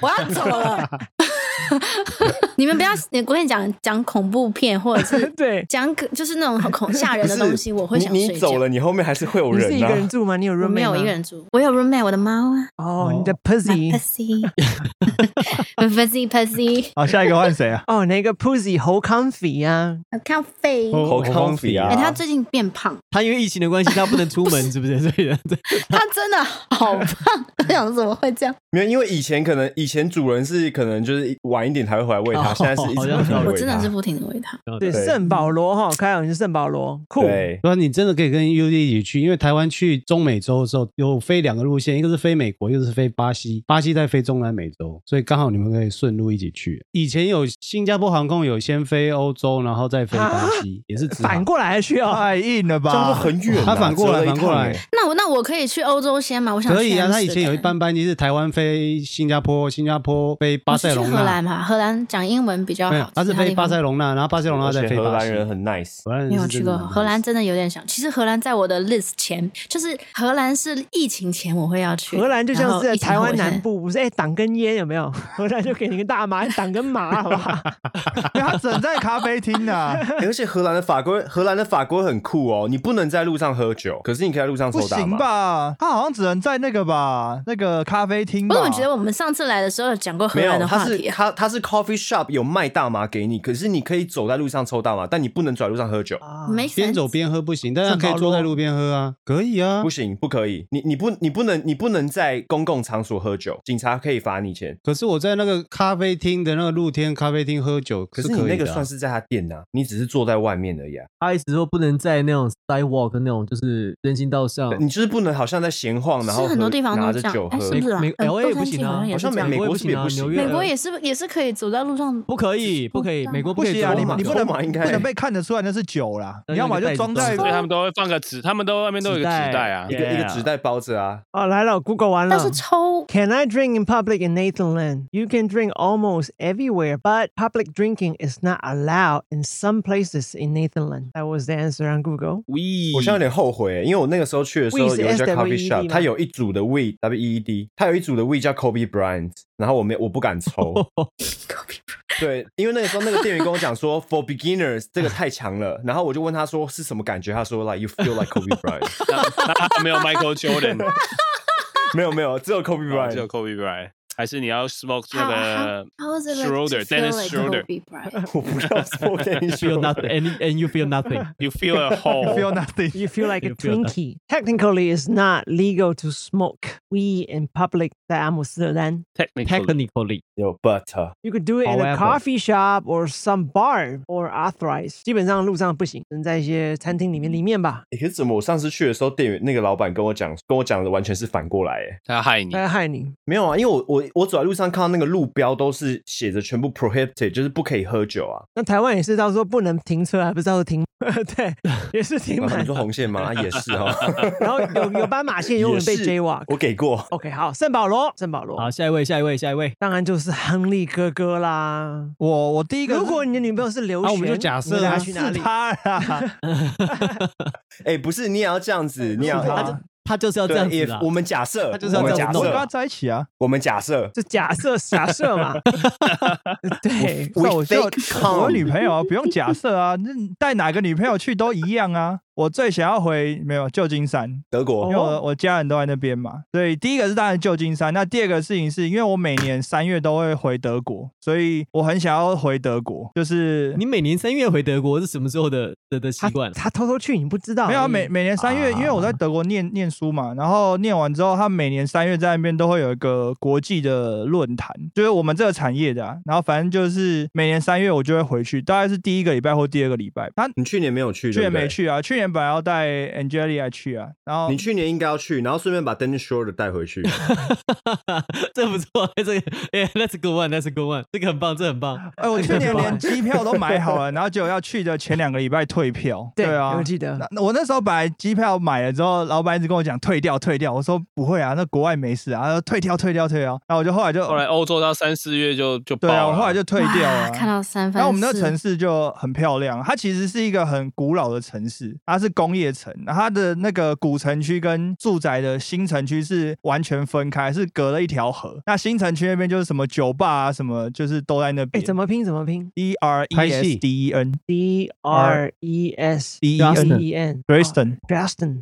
Speaker 2: 我要走了。 你们不要，我跟你讲讲恐怖片或者是
Speaker 1: 对，
Speaker 2: 讲可就是那种很恐吓人
Speaker 3: 不
Speaker 2: 的
Speaker 3: 是
Speaker 2: 东西，我会想
Speaker 3: 你
Speaker 2: 睡
Speaker 3: 你
Speaker 2: 觉
Speaker 3: 走。了，你后面还是会有
Speaker 1: 你是
Speaker 3: 人
Speaker 1: 一个人
Speaker 3: 啊。
Speaker 1: 住吗？你有 roommate
Speaker 2: 我
Speaker 1: 吗
Speaker 2: 没有一个。人住，我有 roommate，我的猫啊
Speaker 1: 哦，你的
Speaker 2: ，my
Speaker 1: pussy。？
Speaker 2: pussy，pussy pussy，
Speaker 8: 好，下一个换谁 啊
Speaker 1: 哦，那个 pussy 侯康斐啊，
Speaker 2: 我看飞。
Speaker 3: 侯
Speaker 11: 侯
Speaker 3: 康菲
Speaker 2: 哎，
Speaker 3: 啊，
Speaker 2: 他最近变胖，
Speaker 5: 他因为疫情的关系，他不能出门， 是不是？所以
Speaker 2: 他真的好胖。我想怎么会这样？
Speaker 3: 没有，因为以前可能以前主人是可能就是晚一点才会回来喂他，
Speaker 5: 哦
Speaker 3: 现在是一直
Speaker 5: 好
Speaker 3: 不停地
Speaker 5: 像是
Speaker 3: 喂他
Speaker 2: 我真的是不停的喂他。
Speaker 1: 对，
Speaker 3: 对
Speaker 1: 圣保罗哈，凯尔你是圣保罗，酷。
Speaker 3: 对，
Speaker 11: 对啊，你真的可以跟 U D 一起去，因为台湾去中美洲的时候有飞两个路线，一个是飞美国，一个是飞巴西，巴西再飞中南美洲，所以刚好你们可以顺路一起去。以前有新加坡航空有先飞欧洲，然后再飞巴西，也是直
Speaker 1: 反
Speaker 11: 航。
Speaker 1: 过来去哦，
Speaker 8: 太硬了
Speaker 3: 这样会
Speaker 8: 吧？
Speaker 3: 很远啊。
Speaker 11: 他反过来
Speaker 3: 折了一趟
Speaker 11: 反过来
Speaker 3: 欸
Speaker 2: 那我那我可以去欧洲先吗？我想
Speaker 11: 可以啊，
Speaker 2: 去
Speaker 11: 他以前有一
Speaker 2: Amsterdam
Speaker 11: 班班机是台湾飞新加坡，新加坡飞巴
Speaker 2: 我是
Speaker 11: 塞
Speaker 2: 去
Speaker 11: 隆
Speaker 2: 荷兰哦
Speaker 11: 纳，
Speaker 2: 嘛，荷兰讲英文比较
Speaker 11: 没有
Speaker 2: 好，。
Speaker 11: 他是
Speaker 2: 其地
Speaker 11: 飞巴
Speaker 2: 方
Speaker 11: 塞隆纳，然后巴塞隆纳
Speaker 3: 而
Speaker 11: 再
Speaker 3: 且
Speaker 11: 飞
Speaker 3: 荷
Speaker 11: 巴
Speaker 3: 兰
Speaker 11: 西。
Speaker 3: 人很 nice，
Speaker 11: 荷兰人
Speaker 2: 没有
Speaker 11: 是
Speaker 2: 去
Speaker 11: 真的
Speaker 2: 过
Speaker 11: 蛮
Speaker 2: 荷
Speaker 11: nice
Speaker 2: 兰，真的有点想。其实荷兰在我的 list 前，就是荷兰是疫情前我会要去。
Speaker 1: 荷兰就像是在台湾
Speaker 2: 然后疫情后我现在
Speaker 1: 南部，不是？哎，挡根烟 有没有？荷兰就给你个大麻，挡根麻，好 不好？
Speaker 8: 因为 他整在咖啡厅啊，
Speaker 3: 欸而且荷兰的法规，荷兰的法规很酷哦，你不能在路上喝酒，可是你可以在路上
Speaker 8: 不
Speaker 3: 抽大
Speaker 8: 行
Speaker 3: 麻。
Speaker 8: 吧？他好像只能在那个吧，那个咖啡厅吧。
Speaker 2: 我怎么觉得我们上次来的时候有讲过荷
Speaker 3: 没有
Speaker 2: 兰，的
Speaker 3: 他
Speaker 2: 话
Speaker 3: 是
Speaker 2: 题啊？
Speaker 3: 他他是 coffee shop 有卖大麻给你，可是你可以走在路上抽大麻，但你不能走在路上喝酒，
Speaker 2: 没
Speaker 11: 边走边喝不行，但是可以坐在路边喝啊，可以啊
Speaker 3: 不。行，不可以，你你不你不能你不能在公共场所喝酒，警察可以罚你钱。
Speaker 11: 可是我在那个咖啡厅的那个露天咖啡厅喝酒，
Speaker 3: 可
Speaker 11: 是
Speaker 3: 是
Speaker 11: 可以
Speaker 3: 你
Speaker 11: 的啊
Speaker 3: 那个算是在他店呐、你只是坐在外面而已啊，
Speaker 5: 他意思说不能在那种 sidewalk 那种就是人行道上，
Speaker 3: 你就是不能好像在闲晃，然后
Speaker 2: 是很多
Speaker 3: 喝
Speaker 2: 地方
Speaker 3: 拿
Speaker 2: 都
Speaker 3: 着
Speaker 2: 这样
Speaker 3: 酒
Speaker 2: 哎
Speaker 3: 喝
Speaker 2: 是。不
Speaker 5: 美
Speaker 2: 是啊
Speaker 5: 美
Speaker 2: 嗯
Speaker 5: L A
Speaker 2: 洛
Speaker 5: 不
Speaker 2: 杉矶
Speaker 5: 行
Speaker 2: 好
Speaker 5: 啊
Speaker 2: 像，也
Speaker 3: 是这样
Speaker 5: 美国也不行啊，
Speaker 3: 好像
Speaker 5: 纽
Speaker 3: 美
Speaker 5: 约
Speaker 2: 美国也是也是是可以走在路上。
Speaker 5: 不可以，不可以，美国
Speaker 8: 不
Speaker 5: 可以
Speaker 8: 行啊，
Speaker 5: 走
Speaker 8: 你
Speaker 5: 马
Speaker 8: 你不
Speaker 5: 路
Speaker 8: 能
Speaker 3: 走马应该
Speaker 8: 不能被看得出来那是酒啦，
Speaker 5: 那
Speaker 8: 你要么
Speaker 5: 那
Speaker 8: 就
Speaker 5: 个
Speaker 8: 装
Speaker 5: 袋
Speaker 8: 在
Speaker 5: 子
Speaker 7: 所以他们都会放个纸，他们都外面都有一个纸袋啊
Speaker 3: 一。个一个
Speaker 5: Yeah
Speaker 3: 纸袋包着啊，
Speaker 1: 哦，来了，Google 完了
Speaker 2: 但。是抽
Speaker 1: Can I drink in public in Nathanland? You can drink almost everywhere, but public drinking is not allowed in some places in Nathanland. That was the answer on Google.
Speaker 7: 喂
Speaker 3: 我现在有点后悔，因为我那个时候去的时候
Speaker 1: Weed
Speaker 3: 有
Speaker 1: 是
Speaker 3: 一
Speaker 1: SWEED
Speaker 3: 家
Speaker 5: E
Speaker 3: coffee shop，
Speaker 1: 吗
Speaker 3: 它有一组的 weed W E E D，它有一组的 weed 叫 Kobe Bryant，然后我没我不 敢抽，对，因为那个时候那个店员跟我讲说 for beginners 这个太强了，然后我就问他说是什么感觉，他说 like you feel like Kobe Bryant，
Speaker 7: 那他没有 Michael Jordan，
Speaker 3: 没有没有，只有 Kobe
Speaker 7: 哦只有
Speaker 3: Bryant，
Speaker 7: Kobe Bryant，还是你要 smoke 那
Speaker 2: how how
Speaker 7: 个
Speaker 2: how is it like to feel
Speaker 7: Schroeder Dennis
Speaker 2: like
Speaker 7: Schroeder？
Speaker 2: Kobe Bryant？
Speaker 3: 我不知 道 for g a n
Speaker 5: feel nothing and and you feel nothing。
Speaker 7: You feel a
Speaker 8: feel
Speaker 7: hole.
Speaker 8: nothing。
Speaker 1: You feel like a
Speaker 5: You feel that.
Speaker 1: Twinkie. Technically, it's not legal to smoke weed in public 在阿姆斯特丹。
Speaker 7: Technically,
Speaker 5: Technically，
Speaker 3: 有 but
Speaker 1: You could do it in a
Speaker 5: However-
Speaker 1: coffee shop or some bar or authorized. 基本上路上不行，只能在一些餐厅里面里面吧。
Speaker 3: 欸可是怎么我上次去的时候，店员那个老板跟我讲，跟我讲的完全是反过来，哎，
Speaker 7: 他害你
Speaker 1: 他。要害你，
Speaker 3: 没有啊，因为我我我走在路上看到那个路标都是写着全部 prohibited，就是不可以喝酒啊。
Speaker 1: 那台湾也是，到时候不能停车，还不是到时候停， 对，也是停
Speaker 3: 然后
Speaker 1: 满
Speaker 3: 你说。红线吗？啊也是哦。
Speaker 1: 然后有 有斑马线，有人被
Speaker 3: 也是
Speaker 1: jaywalk。
Speaker 3: 我给过
Speaker 1: OK，好，圣保罗，圣保
Speaker 5: 好，
Speaker 1: 罗，
Speaker 5: 下一位，下一位，下一位。
Speaker 1: 当然就是亨利哥哥啦。
Speaker 8: 我我第一个
Speaker 1: 如果你的女朋友是留学，
Speaker 11: 啊我们就假设啊
Speaker 1: 你带她去
Speaker 8: 是
Speaker 1: 哪啊里？
Speaker 8: 他啦，
Speaker 3: 哎、不是，你也要这样子，你也
Speaker 8: 是
Speaker 3: 要啊
Speaker 8: 他
Speaker 5: 他就是要这
Speaker 3: 对
Speaker 5: 样子
Speaker 3: if-
Speaker 5: 啦。
Speaker 3: 我们假设，
Speaker 5: 他就是要
Speaker 3: 我们
Speaker 5: 这
Speaker 3: 假
Speaker 5: 样子
Speaker 8: 我
Speaker 5: 弄
Speaker 8: 跟他
Speaker 3: 设，
Speaker 8: 在一起啊，
Speaker 3: 我们假设，
Speaker 1: 就假设假设嘛，对，
Speaker 3: We
Speaker 8: 那我就
Speaker 3: fake
Speaker 8: 我
Speaker 3: come
Speaker 8: 女朋友啊，不用假设啊，那你带哪个女朋友去都一样啊。我最想要回没有旧金山，
Speaker 3: 德国
Speaker 8: 因为我我家人都在那边嘛，所以第一个是当然旧金山，那第二个事情是因为我每年三月都会回德国，所以我很想要回德国，就是
Speaker 5: 你每年三月回德国是什么时候的的的习
Speaker 1: 他
Speaker 5: 惯？
Speaker 1: 他偷偷去，你不知道而已。
Speaker 8: 没有啊每每年三月，因为我在德国念念书嘛，然后念完之后，他每年三月在那边都会有一个国际的论坛，就是我们这个产业的、啊，然后反正就是每年三月我就会回去，大概是第一个礼拜或第二个礼拜。他
Speaker 3: 你去年没有去，
Speaker 8: 去
Speaker 3: 对
Speaker 8: 年
Speaker 3: 不对
Speaker 8: 没。去啊，去年本来要带 Angelia 去啊，然后
Speaker 3: 你去年应该要去，然后顺便把 Dennis Shore 的带回去。
Speaker 5: 这不错，这个哎、t h a t s a good one，That's a good one，这个很棒，这个很棒。
Speaker 8: 哎，我去年连机票都买好了， 然后结果要去的前两个礼拜退票。
Speaker 1: 对
Speaker 8: 啊
Speaker 1: 我，记得
Speaker 8: 那我那时候把机票买了之后，老板一直跟我讲退掉退掉，我说不会啊，那国外没事啊，他说退掉退掉退掉，然后我就后来就
Speaker 7: 后来欧洲到三四月就就爆
Speaker 8: 对啊，我
Speaker 7: 了，
Speaker 8: 后来就退掉
Speaker 2: 哇
Speaker 8: 了。
Speaker 2: 看到三分四。
Speaker 8: 然后我们那个城市就很漂亮，它其实是一个很古老的城市，它是工业城，然后它的那个古城区跟住宅的新城区是完全分开，是隔了一条河。那新城区那边就是什么酒吧啊，什么就是都在那
Speaker 1: 哎，
Speaker 8: 边。
Speaker 1: 怎么拼怎么拼
Speaker 8: E R E
Speaker 11: 拍戏
Speaker 8: S D E N
Speaker 1: ？D R E S
Speaker 8: D E
Speaker 1: N
Speaker 8: N
Speaker 1: E N
Speaker 2: 哦
Speaker 8: Dresden，
Speaker 1: Justin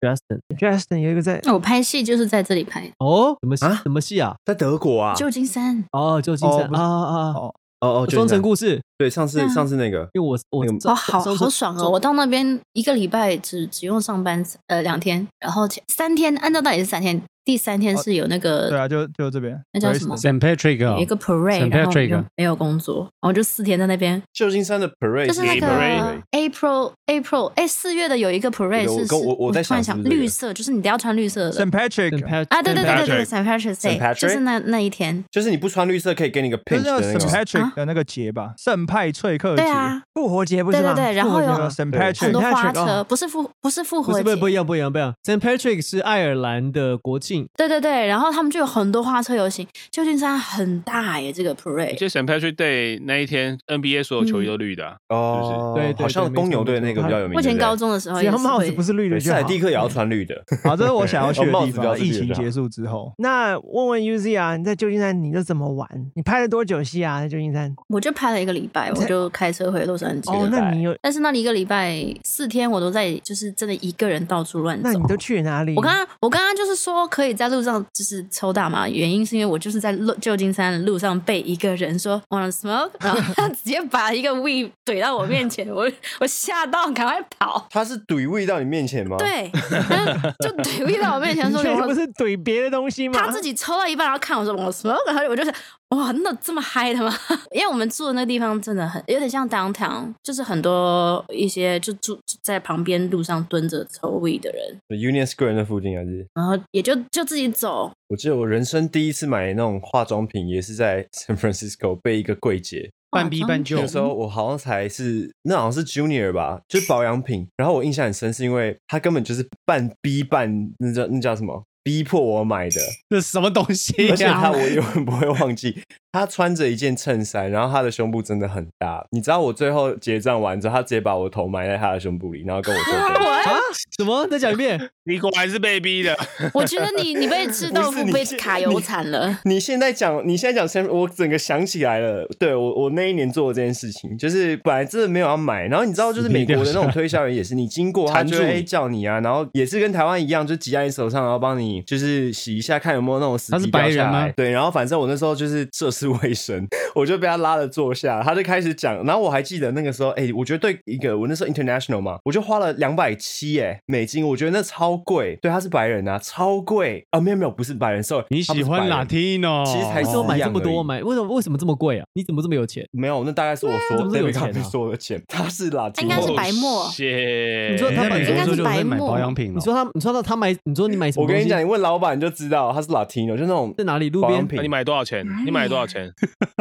Speaker 5: Justin，
Speaker 1: Justin 有一个在
Speaker 2: 我哦拍戏就是在这里拍，
Speaker 5: 哦，什么戏
Speaker 3: 啊
Speaker 5: 什么戏啊？
Speaker 3: 在德国啊，
Speaker 2: 旧金山。
Speaker 5: 哦，旧金山
Speaker 8: 哦不
Speaker 5: 啊
Speaker 8: 是
Speaker 5: 啊啊！
Speaker 8: 哦
Speaker 3: 哦哦，
Speaker 5: 双城
Speaker 3: 故
Speaker 5: 故事，
Speaker 3: 对，上次上次那个，
Speaker 5: 因为我我
Speaker 3: 那个
Speaker 2: 哦，好
Speaker 5: 双
Speaker 2: 好
Speaker 5: 城
Speaker 2: 爽哦！我到那边一个礼拜只只用上班呃两天，然后前三天按照道理是三天，第三天是有那个、
Speaker 8: 对啊，就就这边。
Speaker 2: 呃那叫什么
Speaker 8: Dresden
Speaker 11: San Patrick 哦
Speaker 2: 有一个 parade，
Speaker 11: St.
Speaker 2: 然后我
Speaker 11: Patrick 啊
Speaker 2: 就没有工作，然后就四天在那边，
Speaker 3: 旧金山的 parade
Speaker 2: 就是那
Speaker 3: 也
Speaker 2: 个
Speaker 3: 有 parade
Speaker 2: April April 哎四月的有一个 parade
Speaker 3: 对我
Speaker 2: 是
Speaker 3: 跟我我在
Speaker 2: 突然想
Speaker 3: 想是不是
Speaker 2: 绿色，就是你一定要穿绿色的
Speaker 8: St. Patrick，
Speaker 5: Patrick
Speaker 2: 啊，对对对对对
Speaker 7: St.
Speaker 2: ，St. Patrick's
Speaker 3: St.
Speaker 2: Day
Speaker 3: Patrick
Speaker 2: 就是那那一天，
Speaker 3: 就是你不穿绿色可以给你个
Speaker 8: 就
Speaker 3: pinch
Speaker 8: 是那
Speaker 3: 的那
Speaker 8: 个 St.
Speaker 3: 个。
Speaker 2: 啊
Speaker 8: Patrick 的那个节吧，圣派翠克节。
Speaker 2: 对啊，
Speaker 1: 复活节不是
Speaker 2: 对对
Speaker 1: 吗？
Speaker 2: 对，然后
Speaker 1: 复活节
Speaker 8: 那个
Speaker 2: 有
Speaker 1: 吗
Speaker 8: St.
Speaker 2: 很
Speaker 8: Patrick，
Speaker 2: 多
Speaker 1: Patrick，
Speaker 2: 花
Speaker 1: 哦
Speaker 2: 车，不是复不是复
Speaker 5: 不
Speaker 2: 活
Speaker 5: 是不
Speaker 2: 节
Speaker 5: 是，不一样不一样不一样。St. Patrick 是爱尔兰的国庆，
Speaker 2: 对对对，然后他们就有很多花车游行，旧金山很大耶，这个 parade
Speaker 7: 就 St. Patrick Day 那一天，NBA 所有球衣都绿的啊、
Speaker 3: 哦，
Speaker 5: 对对对
Speaker 3: 好像公牛队那个比较有名。
Speaker 2: 我以前
Speaker 3: 对不对
Speaker 2: 高中的时候
Speaker 1: 只
Speaker 2: 也
Speaker 1: 要
Speaker 2: 是
Speaker 1: 帽子
Speaker 2: 会
Speaker 1: 不是绿的
Speaker 3: 对，
Speaker 1: 就
Speaker 3: 塞
Speaker 1: 好。
Speaker 3: 尔蒂克也要穿绿 的。
Speaker 8: 好，这是我想要去
Speaker 3: 哦
Speaker 8: 的
Speaker 3: 帽
Speaker 8: 地
Speaker 3: 子不要
Speaker 8: 方。
Speaker 3: 是绿的
Speaker 8: 疫情
Speaker 3: 就好
Speaker 8: 结束之后，
Speaker 1: 那问问 Uzi 啊，你在旧金山你都怎么玩？你拍了多久戏啊？在旧金山？
Speaker 2: 我就拍了一个礼拜，我就开车回洛杉矶。
Speaker 1: 哦，那你有，
Speaker 2: 但是那里一个礼拜四天，我都在就是真的一个人到处乱走
Speaker 1: 那。你都去哪
Speaker 11: 嗯
Speaker 1: 里？
Speaker 2: 我刚刚我刚刚就是说可以在路上就是抽大麻，原因是因为我就是在路旧金山的路上被一个人说 wanna smoke，然后 他直接把一个 weed 怼到我面前，我我吓到，赶快
Speaker 11: 哦
Speaker 2: 跑。
Speaker 3: 他是怼味到你面前吗？，
Speaker 2: 对，然后就怼 weed 到我面前
Speaker 1: 你
Speaker 2: 说
Speaker 1: 确定
Speaker 2: wanna
Speaker 1: 不是怼别的东西吗？
Speaker 2: 他自己抽到一半，然后看我说我 smoke，然后我就想
Speaker 9: 哇，那这么嗨 的吗？因为我们住的那个地方真的很有点像 downtown，就是很多一些就住在旁边路上蹲着抽 weed 的人，
Speaker 3: Union Square 那附近还是？
Speaker 9: 然后也就就自己走，
Speaker 3: 我记得我人生第一次买那种化妆品，也是在 San Francisco 被一个柜姐。
Speaker 11: 半
Speaker 2: 哦
Speaker 11: 逼半就
Speaker 3: 那个时候我好像才是，那好像是 Junior 吧，就是保养品。然后我印象很深，是因为他根本就是半逼半，那叫那叫什么？逼迫我买的，
Speaker 11: 这什么东西
Speaker 3: 而且
Speaker 11: 呀、
Speaker 3: 他我永远不会忘记，他穿着一件衬衫，然后他的胸部真的很大。你知道我最后结账完之后，他直接把我头埋在他的胸部里，然后跟我 说
Speaker 5: 啊？ 什么？再讲一 遍。
Speaker 9: 嗯
Speaker 7: 你果然是被逼的。
Speaker 9: 我觉得你你被吃豆
Speaker 3: 不是
Speaker 9: 腐
Speaker 3: 你
Speaker 9: 被
Speaker 3: 是
Speaker 9: 卡油惨了。
Speaker 3: 你现在讲，你现在讲 Sam，我整个想起来了。对我，我那一年做的这件事情，就是本来真的没有要买，然后你知道，就是美国的那种推销员也是，你经 过他就会、哎叫你啊，然后也是跟台湾一样，就挤在你手上，然后帮你就是洗一下，看有没有那种死
Speaker 11: 他是
Speaker 3: 皮掉
Speaker 11: 白人
Speaker 3: 下
Speaker 11: 吗
Speaker 3: 来。对，然后反正我那时候就是涉世未深， 我就被他拉了坐下，他就开始讲。然后我还记得那个时候，哎、我觉得对一个我那时候 international 嘛，我就花了两百七哎美金，我觉得那超贵。对，他是白人啊，超贵啊，没有没有，不是白人，sorry，
Speaker 11: 你
Speaker 3: 他不
Speaker 11: 喜
Speaker 3: 是白
Speaker 11: 欢
Speaker 3: 人
Speaker 11: Latino？
Speaker 3: 其实才
Speaker 5: 为
Speaker 3: 是
Speaker 5: 什么买
Speaker 3: 一
Speaker 5: 这
Speaker 3: 样
Speaker 5: 么
Speaker 3: 而
Speaker 5: 多？
Speaker 3: 已
Speaker 5: 买为什么为什么这么贵啊？你怎么这么有钱？
Speaker 3: 没有，那大概是我说
Speaker 5: 怎么这么有
Speaker 3: David
Speaker 5: 钱啊
Speaker 3: Copperfield 说的钱，他是拉
Speaker 9: 应
Speaker 3: 丁，
Speaker 9: 该是白
Speaker 7: 哦
Speaker 9: 沫
Speaker 7: 谢。
Speaker 5: 你说
Speaker 11: 你
Speaker 5: 他
Speaker 11: 在
Speaker 5: 买
Speaker 11: 美国
Speaker 9: 应该
Speaker 11: 的时
Speaker 9: 是
Speaker 11: 候就会买
Speaker 9: 白木
Speaker 11: 保养品了
Speaker 5: 你。说他，你说他他买，你说你买什么？
Speaker 3: 我跟你讲，你，问老板你就知道他是 Latino，就那种
Speaker 5: 在哪里？路
Speaker 3: 保养
Speaker 5: 边
Speaker 3: 品
Speaker 7: 那你买多少钱？你买多少钱？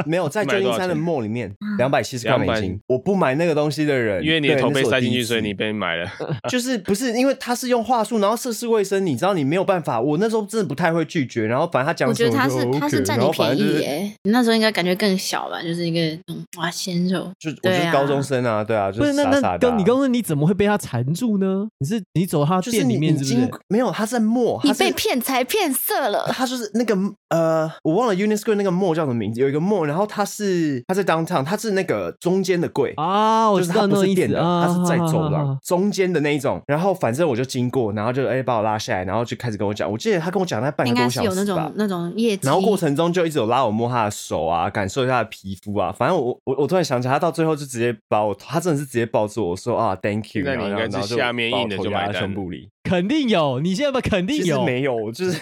Speaker 3: 没有 在旧金山的
Speaker 7: 你
Speaker 3: mall 里面
Speaker 9: 啊
Speaker 3: 两百七十块美金
Speaker 7: 200，
Speaker 3: 我不买那个东西的人，
Speaker 7: 因为你的
Speaker 3: 对
Speaker 7: 头
Speaker 3: 那
Speaker 7: 被
Speaker 3: 是我
Speaker 7: 塞进
Speaker 3: 第一
Speaker 7: 去，所以
Speaker 3: 次
Speaker 7: 你被买了。
Speaker 3: 就是不是因为他是用话术，然后涉世未深，你知道你没有办法，我那时候真的不太会拒绝，然后反正他讲
Speaker 9: 我觉
Speaker 3: 什
Speaker 9: 得
Speaker 3: 么
Speaker 9: 他
Speaker 3: 我
Speaker 9: 是
Speaker 3: 就 OK，
Speaker 9: 他是占
Speaker 3: 然
Speaker 9: 你
Speaker 3: 后反
Speaker 9: 便
Speaker 3: 正就
Speaker 9: 宜
Speaker 3: 是
Speaker 9: 耶、你那时候应该感觉更小吧，就是一个嗯哇鲜肉，
Speaker 3: 就我
Speaker 9: 对
Speaker 3: 就是
Speaker 9: 啊
Speaker 3: 高中生啊，对啊，就
Speaker 5: 不是
Speaker 3: 傻
Speaker 5: 那
Speaker 3: 傻
Speaker 5: 那
Speaker 3: 的啊
Speaker 5: 刚你刚说你怎么会被他缠住呢？你是你走他
Speaker 3: 就是
Speaker 5: 店
Speaker 3: 你
Speaker 5: 里
Speaker 3: 你
Speaker 5: 面是不
Speaker 3: 经
Speaker 5: 是？
Speaker 3: 没有他在 mall，
Speaker 9: 你
Speaker 3: 他是
Speaker 9: 被骗财骗色了。
Speaker 3: 他就是那个呃，我忘了 UNESCO 那个 mall 叫什么名字，有一个 mall，然后它是它在 downtown，它是那个中间的柜。
Speaker 5: 啊，我
Speaker 3: 就
Speaker 5: 知
Speaker 3: 是
Speaker 5: 道
Speaker 3: 它
Speaker 5: 那
Speaker 3: 不
Speaker 5: 种
Speaker 3: 是
Speaker 5: 意
Speaker 3: 店
Speaker 5: 思
Speaker 3: 的，
Speaker 5: 啊，
Speaker 3: 它是在走
Speaker 5: 啊啊啊
Speaker 3: 廊
Speaker 5: 啊
Speaker 3: 中间的那一种。然后反正我就经过，然后就哎、把我拉下来，然后就开始跟我讲。我记得他跟我讲那半
Speaker 9: 应
Speaker 3: 个
Speaker 9: 该
Speaker 3: 多
Speaker 9: 是
Speaker 3: 小
Speaker 9: 有那
Speaker 3: 时
Speaker 9: 种
Speaker 3: 吧。
Speaker 9: 那种业绩，
Speaker 3: 然后过程中就一直有拉我摸他的手啊，感受一下他的皮肤啊。反正我我我突然想起来，他到最后就直接把我，他真的是直接抱住我 说啊，Thank you
Speaker 7: 那
Speaker 3: 然
Speaker 7: 你
Speaker 3: 后。
Speaker 7: 应
Speaker 3: 然后
Speaker 7: 该
Speaker 3: 然后
Speaker 7: 是
Speaker 3: 就
Speaker 7: 下面
Speaker 3: 把我
Speaker 7: 硬的
Speaker 3: 头
Speaker 7: 就
Speaker 3: 压
Speaker 7: 买
Speaker 3: 在
Speaker 7: 单
Speaker 3: 胸
Speaker 7: 了
Speaker 3: 部里。
Speaker 5: 肯定有。你现在吧，肯
Speaker 3: 其
Speaker 5: 定
Speaker 3: 实
Speaker 5: 有。
Speaker 3: 没有，我就是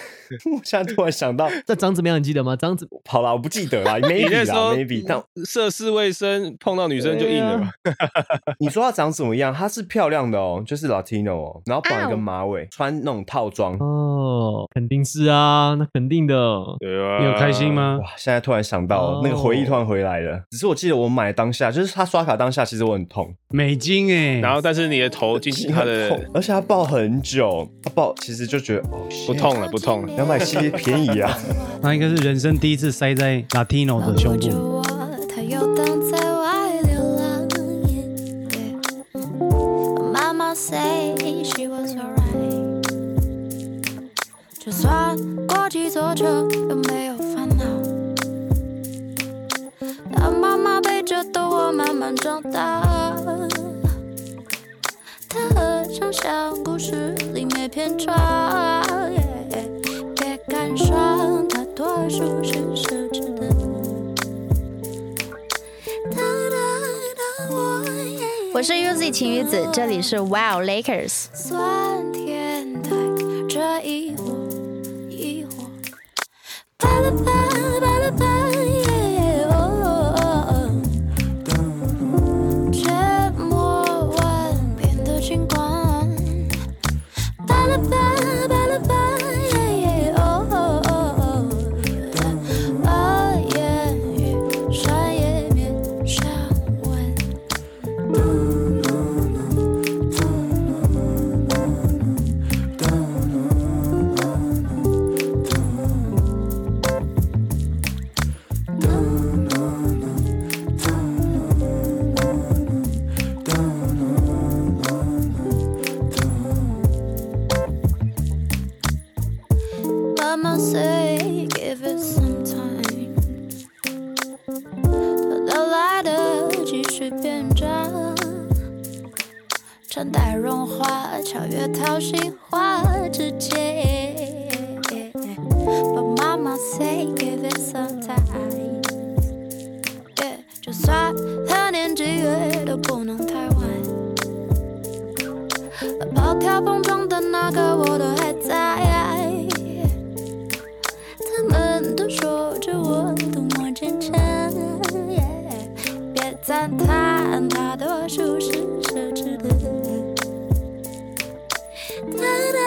Speaker 3: 我现在突然想到，
Speaker 5: 那长怎么样？你记得吗？长怎
Speaker 3: 好啦，我不记得啦
Speaker 7: 你嗯
Speaker 3: ，maybe
Speaker 7: 那时
Speaker 3: 啦
Speaker 7: 候
Speaker 3: ，maybe。但
Speaker 7: 涉世未深，碰到女生就硬了吧？
Speaker 3: 你说她长什么样？她是漂亮的哦，就是 Latino 哦，然后绑一个马尾，穿那种套装。
Speaker 5: 哦，肯定是啊，那肯定的。
Speaker 7: 对啊
Speaker 11: 你有开心？吗？
Speaker 3: 哇！现在突然想到
Speaker 5: 哦
Speaker 3: 那个回忆突然回来了。只是我记得我买当下，就是她刷卡当下，其实我很痛，
Speaker 11: 美金哎、
Speaker 7: 然后，但是你的头进去他
Speaker 3: 很痛
Speaker 7: 的，
Speaker 3: 而且她抱很久，她抱其实就觉得哦，
Speaker 7: 不痛了，不痛了。
Speaker 3: 两百七便宜啊。
Speaker 11: 那应该是人生第一次塞在 Latino 的胸部。
Speaker 12: 我，他游荡在外流浪。妈妈 say she was alright。就算过几座城，有没有烦恼？当妈妈背着的我慢慢长大。他常像故事里没偏差，别感伤，大多数是奢侈的。
Speaker 10: 我是 UZ 晴雨子，这里是 Wow Lakers。
Speaker 12: 酸甜的这一窝一窝，巴拉巴巴拉巴耶哦，沉默万变的星光，巴拉巴巴拉巴耶哦，把言语删也别想问。Mama say give it some time，等到来的继续变长，穿戴融化，超越讨喜花之间。But mama say give it some time，yeah, 就算何年几月都不能太晚。抛开碰撞的那个我都还在。他们都说着我多么坚哒哒